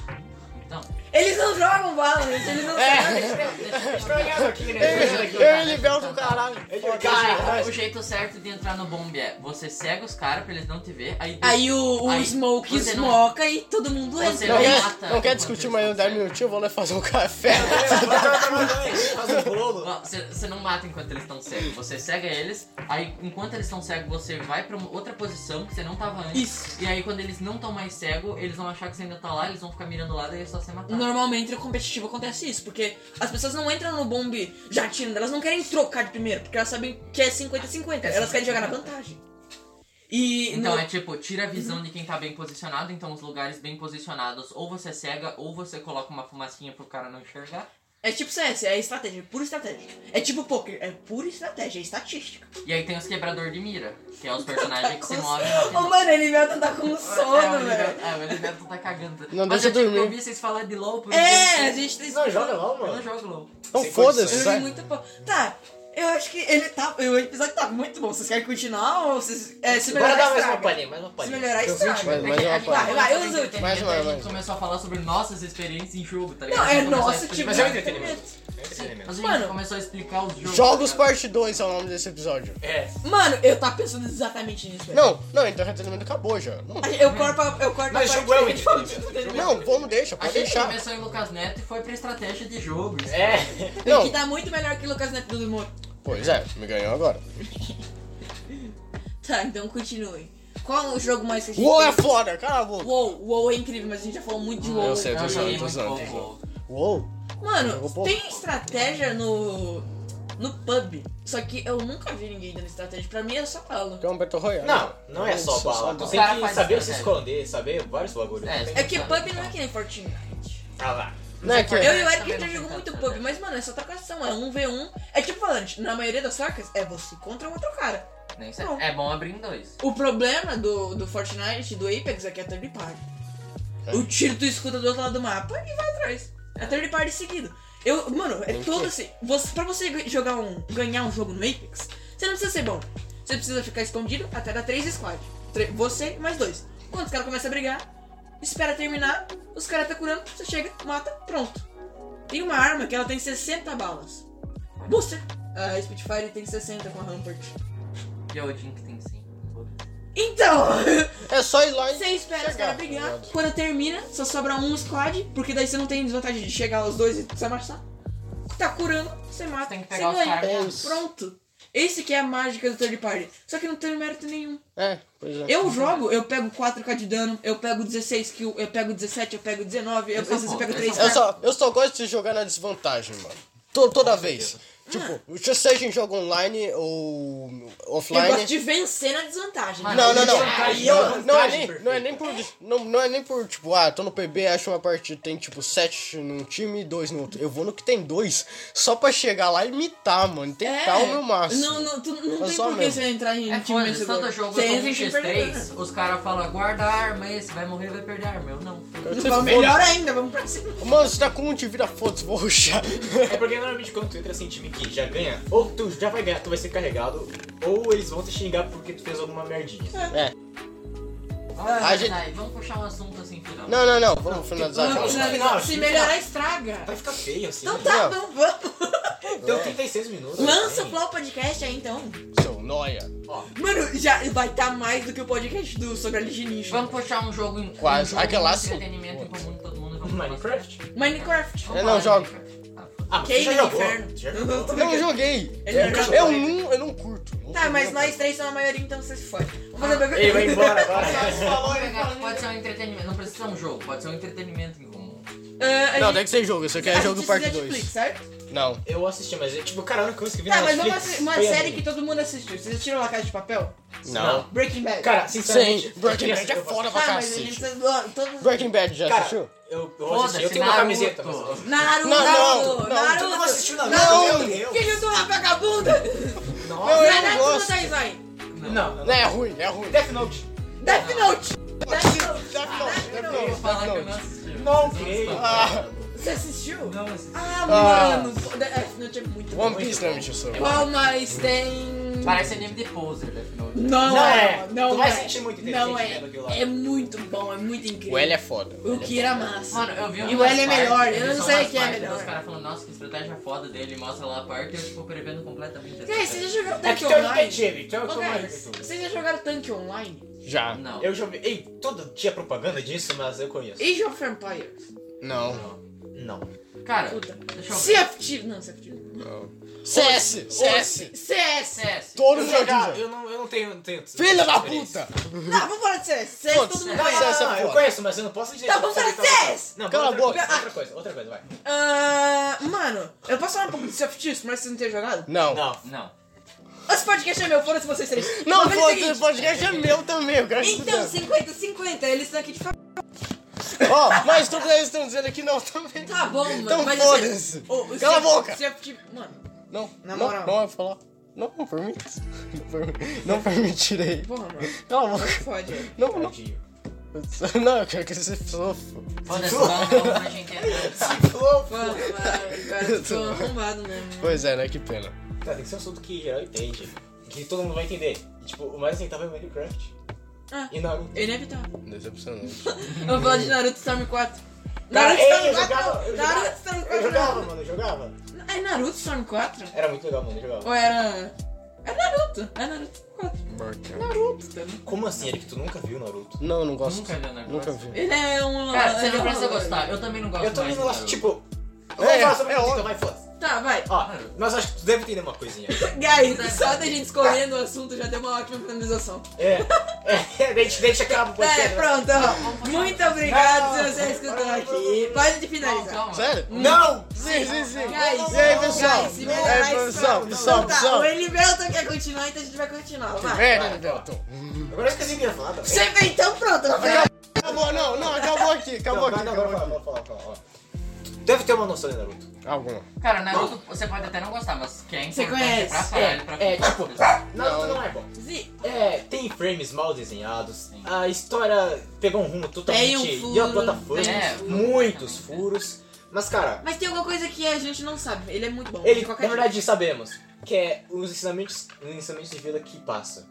Então, Eles não jogam bala, gente, eles não É. sabem. deixa eu olhar aqui, né? Deixa eu Ei, olhar aqui, ei, cara. nível do caralho. Cara, o jeito certo de entrar no bomb é você cega os caras pra eles não te ver, aí, Aí o, o Aí, Smoke você não- esmoca e todo mundo Você Não entra. Ele quer, mata não quer enquanto discutir eles mais um conseguem. 10 minutinhos? Eu vou lá fazer um café. Faz um bolo. Você não mata enquanto eles estão cegos, você cega eles, aí enquanto eles estão cegos você vai pra uma outra posição que você não tava antes. Isso. E aí quando eles não estão mais cegos, eles vão achar que você ainda tá lá, eles vão ficar mirando lá e é só você matar. Normalmente no competitivo acontece isso, porque as pessoas não entram no bomb já atirando, elas não querem trocar de primeiro, porque elas sabem que é 50-50, elas querem jogar na vantagem. E Então no- é tipo, tira a Uhum. visão de quem tá bem posicionado, então os lugares bem posicionados, ou você cega, ou você coloca uma fumacinha pro cara não enxergar. é tipo CS, é estratégia, é pura estratégia. É tipo poker, é pura estratégia, é estatística. E aí tem os quebrador de mira, que é os personagens que se movem. Ô mano, ele vai tentar com é, o sono, Oliver- velho. é, o Oliver tá cagando. Não Mas deixa eu, tipo, dormir. eu vi vocês falar de LOL por É, a isso. gente tem Não, joga lá, Eu não mano. jogo LOL. Então Sem foda-se, Eu condições. joguei sai. muito pouco. Tá, eu acho que ele tá. O episódio tá muito bom. Vocês querem continuar ou vocês. É, se melhorar, Bora dar mais estraga. uma palhinha, mais uma Se palhinha. melhorar, estraga. mais- mais É que uma a gente- parte. Vai, vai, usa o- entretenimento, Mais uma, A mais gente uma. começou a falar sobre nossas experiências em jogo, tá ligado? Não, A gente é começou a nosso explicar- tipo Mas de é um entretenimento. entretenimento. Mas a gente Mano. começou a explicar os jogos. Jogos tá ligado? parte 2 é o nome desse episódio. É. Mano, eu tava pensando exatamente nisso, velho. Não, não, então o entretenimento acabou já. Não, Eu corto, a- eu corto Mas a jogo é o parte que a gente falou de- não, vamos, deixa, A pode gente deixar. começou em Lucas Neto e foi pra estratégia de jogo. isso. É. Não, Que tá muito melhor que Lucas Neto do Moto. pois é, me ganhou agora. Tá, então continue. Qual o jogo mais que a gente Uou, é fez? foda, cala a boca. Uou, uou é incrível, mas a gente já falou muito de WoW. Eu sei, eu tô Eu joguei zoando, tô muito zoando, tô pouco. zoando. Uou, Jogou Mano, pouco. tem estratégia no. no pub. Só que eu nunca vi ninguém dando estratégia. Pra mim é só bala. que é um Battle Royale. Não, não é só Nossa, só bala. bala. Tu O cara tem que faz saber se estratégia. esconder, saber vários bagulhos. É, É que pub não é que nem Fortnite. Ah lá. Não né? é que- Eu e o Eric já jogou muito pub, mas mano, é só trocação, é 1v1. É tipo Valorant, na maioria das trocas é você contra outro cara. Nem sei. É bom abrir em dois. O problema do, do Fortnite, do Apex, é que é third party. O tiro tu escuta do outro lado do mapa e vai atrás. É third party seguido. Eu, mano, é Tem que todo ter. assim. Você, pra você ga- jogar um. ganhar um jogo no Apex, você não precisa ser bom. Você precisa ficar escondido até dar três squad. Tre- Você e mais dois. Quando os caras começam a brigar, espera terminar, os caras tá curando, você chega, mata, pronto. Tem uma arma que ela tem 60 balas. Booster! A Spitfire tem 60 com a Rampart. E é o Jim que tem sim. Foda-se. Então, É só ir lá e. você espera os chegar, caras tá brigar. ligado? Quando termina, só sobra um squad, porque daí você não tem desvantagem de chegar os dois e se amassar. Tá curando, você mata, Tem que você pegar os ganha. caras. É isso. Pronto. Esse que é a mágica do third party. Só que não tem mérito nenhum. É, pois é. Eu jogo, eu pego 4k de dano, eu pego 16 kill, eu pego 17, eu pego 19, eu, Eu sou às vezes eu contra, pego eu 3 sou Eu só, eu só gosto de jogar na desvantagem, mano. To- toda Com vez. certeza. Tipo, se- seja em jogo online ou Eu gosto offline. de vencer na desvantagem. Mas Não, não, não. Desvantagem, Não, não é desvantagem nem, não é nem por. Não, não é nem por, tipo, ah, tô no PB, acho uma partida, tem tipo sete num time e dois no outro. Eu vou no que tem dois, só pra chegar lá e imitar, mano. Tentar o meu máximo. É. Não, não, tu não É tem só por que mesmo. você entrar em É time foda-se, vencedor. tanto jogo Você eu entra tô em time perdedor. X3, os caras falam, guarda a arma, esse vai morrer, vai perder a arma. Eu não. Eu Vamos sempre melhor ainda, vamos pra cima. vou- Mano, você tá com um de vira fotos, vou ruxar. É porque normalmente quando tu entra assim em time que já ganha, ou tu já vai ganhar, tu vai ser carregado, ou eles vão te xingar porque tu fez alguma merdinha. Ah, a verdade, Vamos puxar um assunto assim, final. Não, não, não, vamos finalizar não, já. não. final, se time melhorar, estraga. Vai ficar feio assim. Então né? É. Não. tá, então vamos. Deu 36 minutos. Lança o assim. Flow Podcast aí então. Seu noia. Mano, já vai estar mais do que o podcast do sobre alienígena. Vamos puxar um jogo em Quase. Um jogo Aquela de assim. entretenimento em comum todo mundo. Vamos assim. Minecraft? Minecraft. Vamos Eu não falar de jogo. Minecraft. Ah, foda-se. Ah, mas Quem tu já no jogou. inferno? Tu já jogou. Eu não joguei. Ele não Eu, jogou. eu não, eu não curto. Não Tá, curto, mas não nós três somos a maioria, então você se fode. Vamos fazer pra Ei, vai embora agora. Vamos pegar- Pode ser um entretenimento. Não precisa ser um jogo, pode ser um entretenimento em comum. Ah, a Não, gente- tem que ser jogo, isso aqui é a jogo gente parte assiste 2. Netflix, certo? Não. Eu assisti, mas é tipo, cara, a única coisa que eu vi Tá, na mas vamos Netflix assistir uma foi série anime. que todo mundo assistiu. Vocês assistiram La Casa de Papel? Não. Breaking Bad. Cara, sinceramente... Sim, Breaking Bad é eu- foda pra tá, mas a cacete. gente precisa. do- Todos... Breaking Bad já Cara, assistiu? Eu, eu assisti, Foda-se, eu tenho uma Naruto. camiseta. Naruto, mas- Não, Naruto, não, não, Naruto. Tu não assistiu Naruto, Não. meu Deus. Que juntou uma vagabunda? Não, é eu não Nanatsu no gosto. Taizai. Não, não. Não, é ruim, é ruim. Death Note. Death Note. Death Note. Eu vou falar que eu não Death Note. assisti. Não, Vocês ok. estão- Ah, Você assistiu? Não assisti. Ah, Ah. mano. pô, Death Note é muito One bom. Piece não me interessou. Qual mais tem... Parece anime de poser, Death Note. Não, Não é, é. não Tu vai é. sentir muito Não inteligente é. vendo aquilo lá. É muito bom, é muito incrível. O L é foda. O que era massa. Mano, eu vi E o umas L é partes, melhor, eu eles não são sei umas que é partes, melhor. Os caras falando, nossa, que estratégia foda dele, mostra lá a parte, eu tipo prevendo completamente essa Cara, vocês já jogaram É Tank que tu é um Online? detetive, então eu Ô, tô cara, mais... vocês já jogaram Tank Online? Já. Não. Eu já vi. Ei, todo dia é propaganda disso, mas eu conheço. Age of Empires. Não. Não. Não. Cara, Puta. deixa eu ver. CFT. Não, CFT. CS, CS. CS. CS. Todo eu, jogo. já, eu, não, eu não tenho. Não tenho Filha da experiência. puta. Não, vamos falar de CS. CS Foda-se. todo mundo Não, não, Vai, conhece. CS é não, não, eu foda. conheço, mas eu não posso dizer. Tá, que vamos eu falar de sei tal- CS! Não, Cala outra a boca. coisa, Outra coisa, outra coisa, vai. Ah, mano, eu posso falar um pouco de CFT, mas vocês não têm jogado? Não. Não. Não. Esse podcast é meu, foda-se vocês três. Não, Mas é o foda, seguinte, esse podcast é meu também, eu quero Então, 50-50, eles estão aqui de fa... Ó, mas tudo que eles estão dizendo aqui não também. Tá bom, mano. Então mas foda-se. assim, o- o Cala a CFT boca. Mano, Não, Na não, moral. não vai falar. Não, não permite. Não permite- Não permitirei. porra, mano. Cala a não boca. Fode. Não, não. Não, eu quero que você sofra. Foda-se, vamos vamos pra gente entrar. Mano, mano, cara, tô arrombado, né? mano? Pois é, né? Que pena. Tá, tem que ser um assunto que geral entende. Que todo mundo vai entender. E, tipo, o mais aceitável é Minecraft. Ah. E Naruto. Inevitável. Decepcionante. Eu vou falar de Naruto Storm 4. Cara, Naruto ei, Storm 4 eu jogava- não. Naruto Storm 4 eu jogava- Eu não. jogava, mano, eu jogava. É Naruto Storm 4? Era muito legal, mano, eu jogava. Ou era... É Naruto. É Naruto 4. Naruto, cara. Como assim? Ele que tu nunca viu Naruto? Não, não gosto. Nunca viu Naruto. Nunca vi. Ele é um... Cara, você ele é não um- precisa gostar. Eu também não gosto Eu tô mais indo do lá, Naruto. tipo. É, Vamos falar sobre é Naruto, então óbvio. vai, foda-se. Tá, vai. Ó, mas acho que tu deve entender uma coisinha. Guys, só da gente escolhendo o assunto já deu uma ótima finalização. É, é, deixa, deixa acabar o podcast. É, pronto, ó. Muito obrigado se você escutou aqui. Pode de Calma, finalizar. calma. Sério? Não! Sim, sim, sim. Guys, E aí, pessoal? É, guys, se E melhorar aí, isso, pessoal? não, Pessoal, tá, pessoal? O Elivelton quer continuar, então a gente vai continuar. Vai. Merda, Liberton. Agora eu esqueci o que eu ia falar. tá? Você vem então pronto, vai. Acabou, não, não, acabou aqui, acabou Não, vai, aqui, não, agora acabou fala, fala, fala, fala, ó. Tu Deve ter uma noção de Naruto. aqui. Alguma. Cara, Naruto você pode até não gostar, mas quem Você conhece. pra caralho pra É, tipo, Naruto Não. não é bom. Zi, É, tem frames mal desenhados, a história pegou um rumo Tem totalmente um furo, e a plataforma, tem um furo. muitos furos. Mas cara, Mas tem alguma coisa que a gente não sabe. Ele é muito bom. de ele, na qualquer verdade sabemos que é os ensinamentos, os ensinamentos de vida que passa.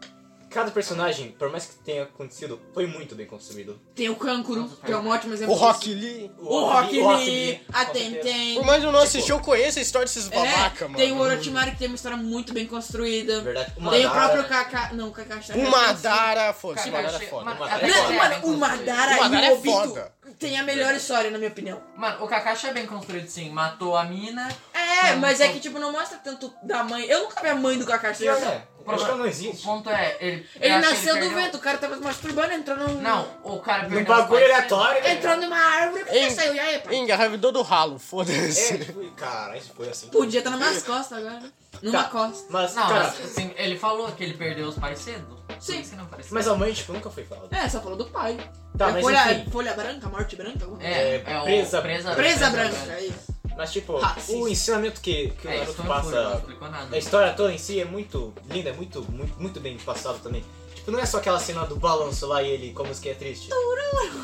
cada personagem, por mais que tenha acontecido, foi muito bem construído. Tem o Kankuro, que é um ótimo O exemplo. Rock Lee. O Rock Lee, a com certeza. Tenten. Por mais que eu não Tipo- assisti, eu conheço a história desses babaca, É, mano. tem o Orochimaru que tem uma história muito bem construída. É Verdade. O Tem o Madara- próprio Kaka. Não, o Kakashi tá O Madara, foda-se, o Tipo, Cara, Madara é achei- foda. mano, Madara até é que Não, é bem mano, o construído. Madara, O Madara e é o Obito foda. É. tem a melhor história, na minha opinião. Mano, o Kakashi é bem construído sim. Matou a mina. É, Não, mas não. é que, tipo, não mostra tanto da mãe. Eu nunca vi a mãe do Kakashi. Pior, né? O problema- Kakashi não O existe. ponto é, ele. eu Ele acho que nasceu do perdeu- vento, o cara tava se masturbando, entrou num... Não, o cara Um perdeu. os bagulho pais aleatório. né? Entrou numa árvore, o Em- cara saiu, e aí, pai? Engravidou do ralo, foda-se. É, tipo, cara, isso foi assim. Podia estar nas minhas costas agora. Numa Tá. costa. Mas, cedo. Não, cara, mas assim, ele falou que ele perdeu os pais cedo. Sim. Isso que não parece. mas a mãe, tipo, nunca foi falada. É, só falou do pai. Tá, É mas folha, enfim. folha branca, morte branca, alguma coisa. É, É, é o presa- presa, Presa branca, é isso. Mas, tipo, Racista. o ensinamento que, que o É, isso Naruto não foi, não passa. explicou nada. A história toda em si é muito linda, é muito, muito, muito bem passado também. Tipo, não é só aquela cena do balanço lá e ele com a música é triste.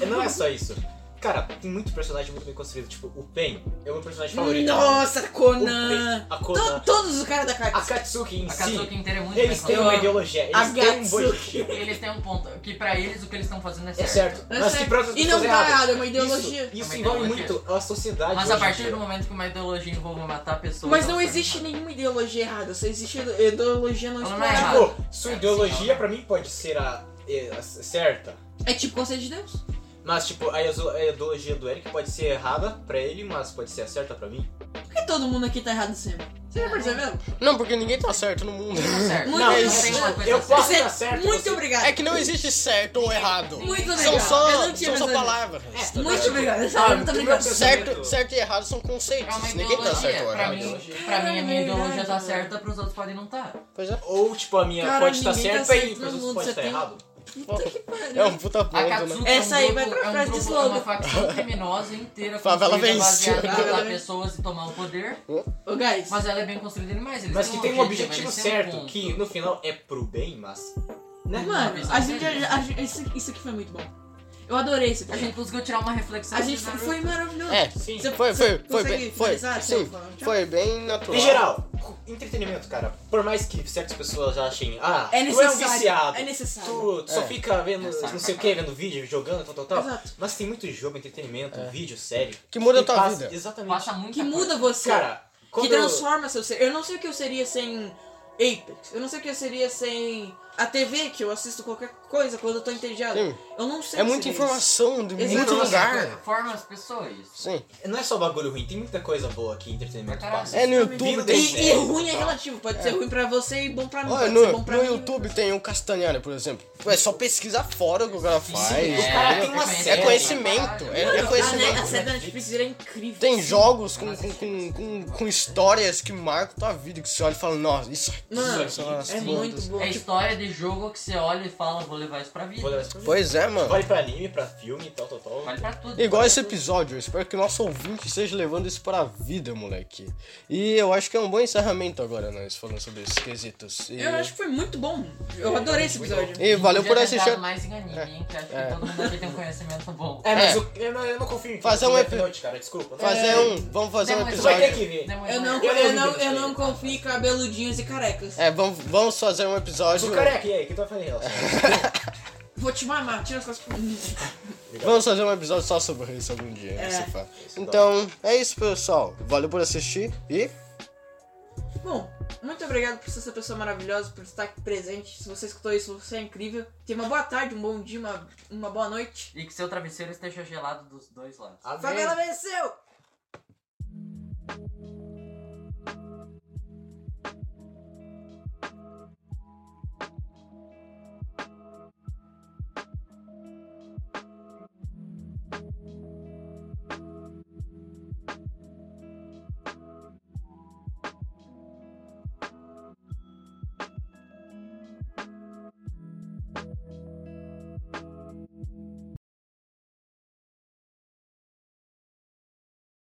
É, Não é só isso. Cara, tem muito personagem muito bem construído. Tipo, o Pen é o meu personagem favorito. Nossa, O Pain, Conan. a To- Kona, todos os caras da a carta. Katsuki em A si. Katsuki inteira é muito Eles têm bem uma construída. ideologia, A eles têm um Gatsuki. boitinho. Eles têm um ponto. Que pra eles o que eles estão fazendo é É certo. certo. É Mas que certo. para outras E não pessoas é tá errado. errado, é uma ideologia. Isso, isso É uma envolve ideologia. muito a sociedade. Mas a hoje em partir dia. do momento que uma ideologia envolva matar pessoas. Mas ela não foi existe errada. nenhuma ideologia errada, só existe ideologia não Ela não é explorada. errada. Tipo, sua É, ideologia senão- pra mim pode ser a, é, a certa. É tipo conselho de Deus. Mas, tipo, a iso- a ideologia do Eric pode ser errada pra ele, mas pode ser a certa pra mim. Por que todo mundo aqui tá errado sempre? É. Você já percebeu? Não, porque ninguém tá certo no mundo. Tá certo. Muito Não, bem. não tem uma coisa Eu certa. posso Você- estar certo. Muito você- obrigado. É que não existe certo ou errado. Muito São obrigado. Eu só, não tinha são só pensado nisso. palavras. tá Muito ligado? tipo, obrigado, ah, sabe? Muito obrigado. Meu Certo, pensamento. certo e errado são É uma conceitos. Ninguém tá certo ou ideologia. Pra né? errado. mim, pra mim, a minha É ideologia tá verdade. certa, pros outros podem não tá. estar. Pois é. Ou, tipo, a minha Cara, pode estar ninguém tá certa e certo no mas você mundo, pode você estar tem- errado. É um puta ponto, A né? Katsuki Essa aí é um vai grupo, pra é frase um de grupo, slogan. É uma facção criminosa inteira Favela construída venceu. baseada em matar Favela- pessoas e tomar o poder. Ô, guys. Mas ela é bem construída demais. Eles Mas têm que tem um objetivo eles têm um certo, ponto. que no final é pro bem, mas. Né? um Mano, a gente, a- a- isso, isso aqui foi muito bom. Eu adorei isso A aqui. gente conseguiu tirar uma reflexão. A gente de foi, né? Naruto. foi maravilhoso. É, Sim. Você- foi, você foi, foi consegue bem, foi, finalizar, sim, seu fã? Tchau. foi bem natural. Em geral, entretenimento, cara. Por mais que certas pessoas achem, ah, É tu é um necessário. viciado. é necessário. Tu só É. fica vendo Necessário não sei o que, vendo vídeo, jogando, tal, tal, tal. Exato. Mas tem muito jogo, entretenimento, vídeo, série. É. Que muda que a tua passa- vida. Exatamente. Passa muito. Que muda você. Cara, quando que transforma seu ser. Eu não sei o que eu seria sem Apex. Eu não sei o que eu seria sem a TV, que eu assisto qualquer coisa quando eu tô entediado. Sim. Eu não sei. É o que muita seria informação de Exato. muito Informação. lugar. É. Forma as pessoas. Sim. Não é só bagulho ruim, tem muita coisa boa que entretenimento Pra caralho. passa. É no Vindo YouTube isso. tem. desse- E, e ruim é relativo. Pode ser ruim pra você e bom pra mim. Olha, pode ser no, bom pra no mim. YouTube tem o Castanhari, por exemplo. É só pesquisa fora o que o cara é. faz. o cara tem uma entendeu? série. é conhecimento. É, Mano, é a, ne- né? a conhecimento. série da Netflix era incrível. Tem jogos com, com, com, com, com histórias que marcam tua vida, que você olha e fala, nossa, isso aqui Mano, são as é muito plantas." bom. É Tipo, história de jogo que você olha e fala, vou levar isso pra vida. Vou levar isso pra mim. Pois é, mano. Vale pra anime, pra filme, tal, tal, tal. Vale pra tudo. Igual esse episódio, eu espero que o nosso ouvinte esteja levando isso pra vida, moleque. E eu acho que é um bom encerramento agora, nós falando sobre esses quesitos. tipo, E, eu acho que foi muito bom. É, Eu adorei esse episódio. e valeu por Podia ter assistir. dado mais em anime, hein, que acho que todo mundo aqui tem um conhecimento bom. É, mas É. Eu, eu não, eu não confio em Fazer um Death epi- Note, cara, desculpa. né? Fazer um. Vamos fazer um Demônios Vai ter episódio. que ver. Demônios Eu não, Slayer. eu não, eu não confio em cabeludinhos e carecas. É, vamos, vamos fazer um Mas episódio. o careca, e aí? O que tu vai fazer em relação? a isso? Vou te mamar, tira as costas. Vamos fazer um episódio só sobre isso algum dia, né, É. se for. Então, é isso, pessoal. Valeu por assistir e Bom, muito obrigado por ser essa pessoa maravilhosa, por estar aqui presente. Se você escutou isso, você é incrível. Tenha uma boa tarde, um bom dia, uma, uma boa noite. E que seu travesseiro esteja gelado dos dois lados. Amém. Favela venceu!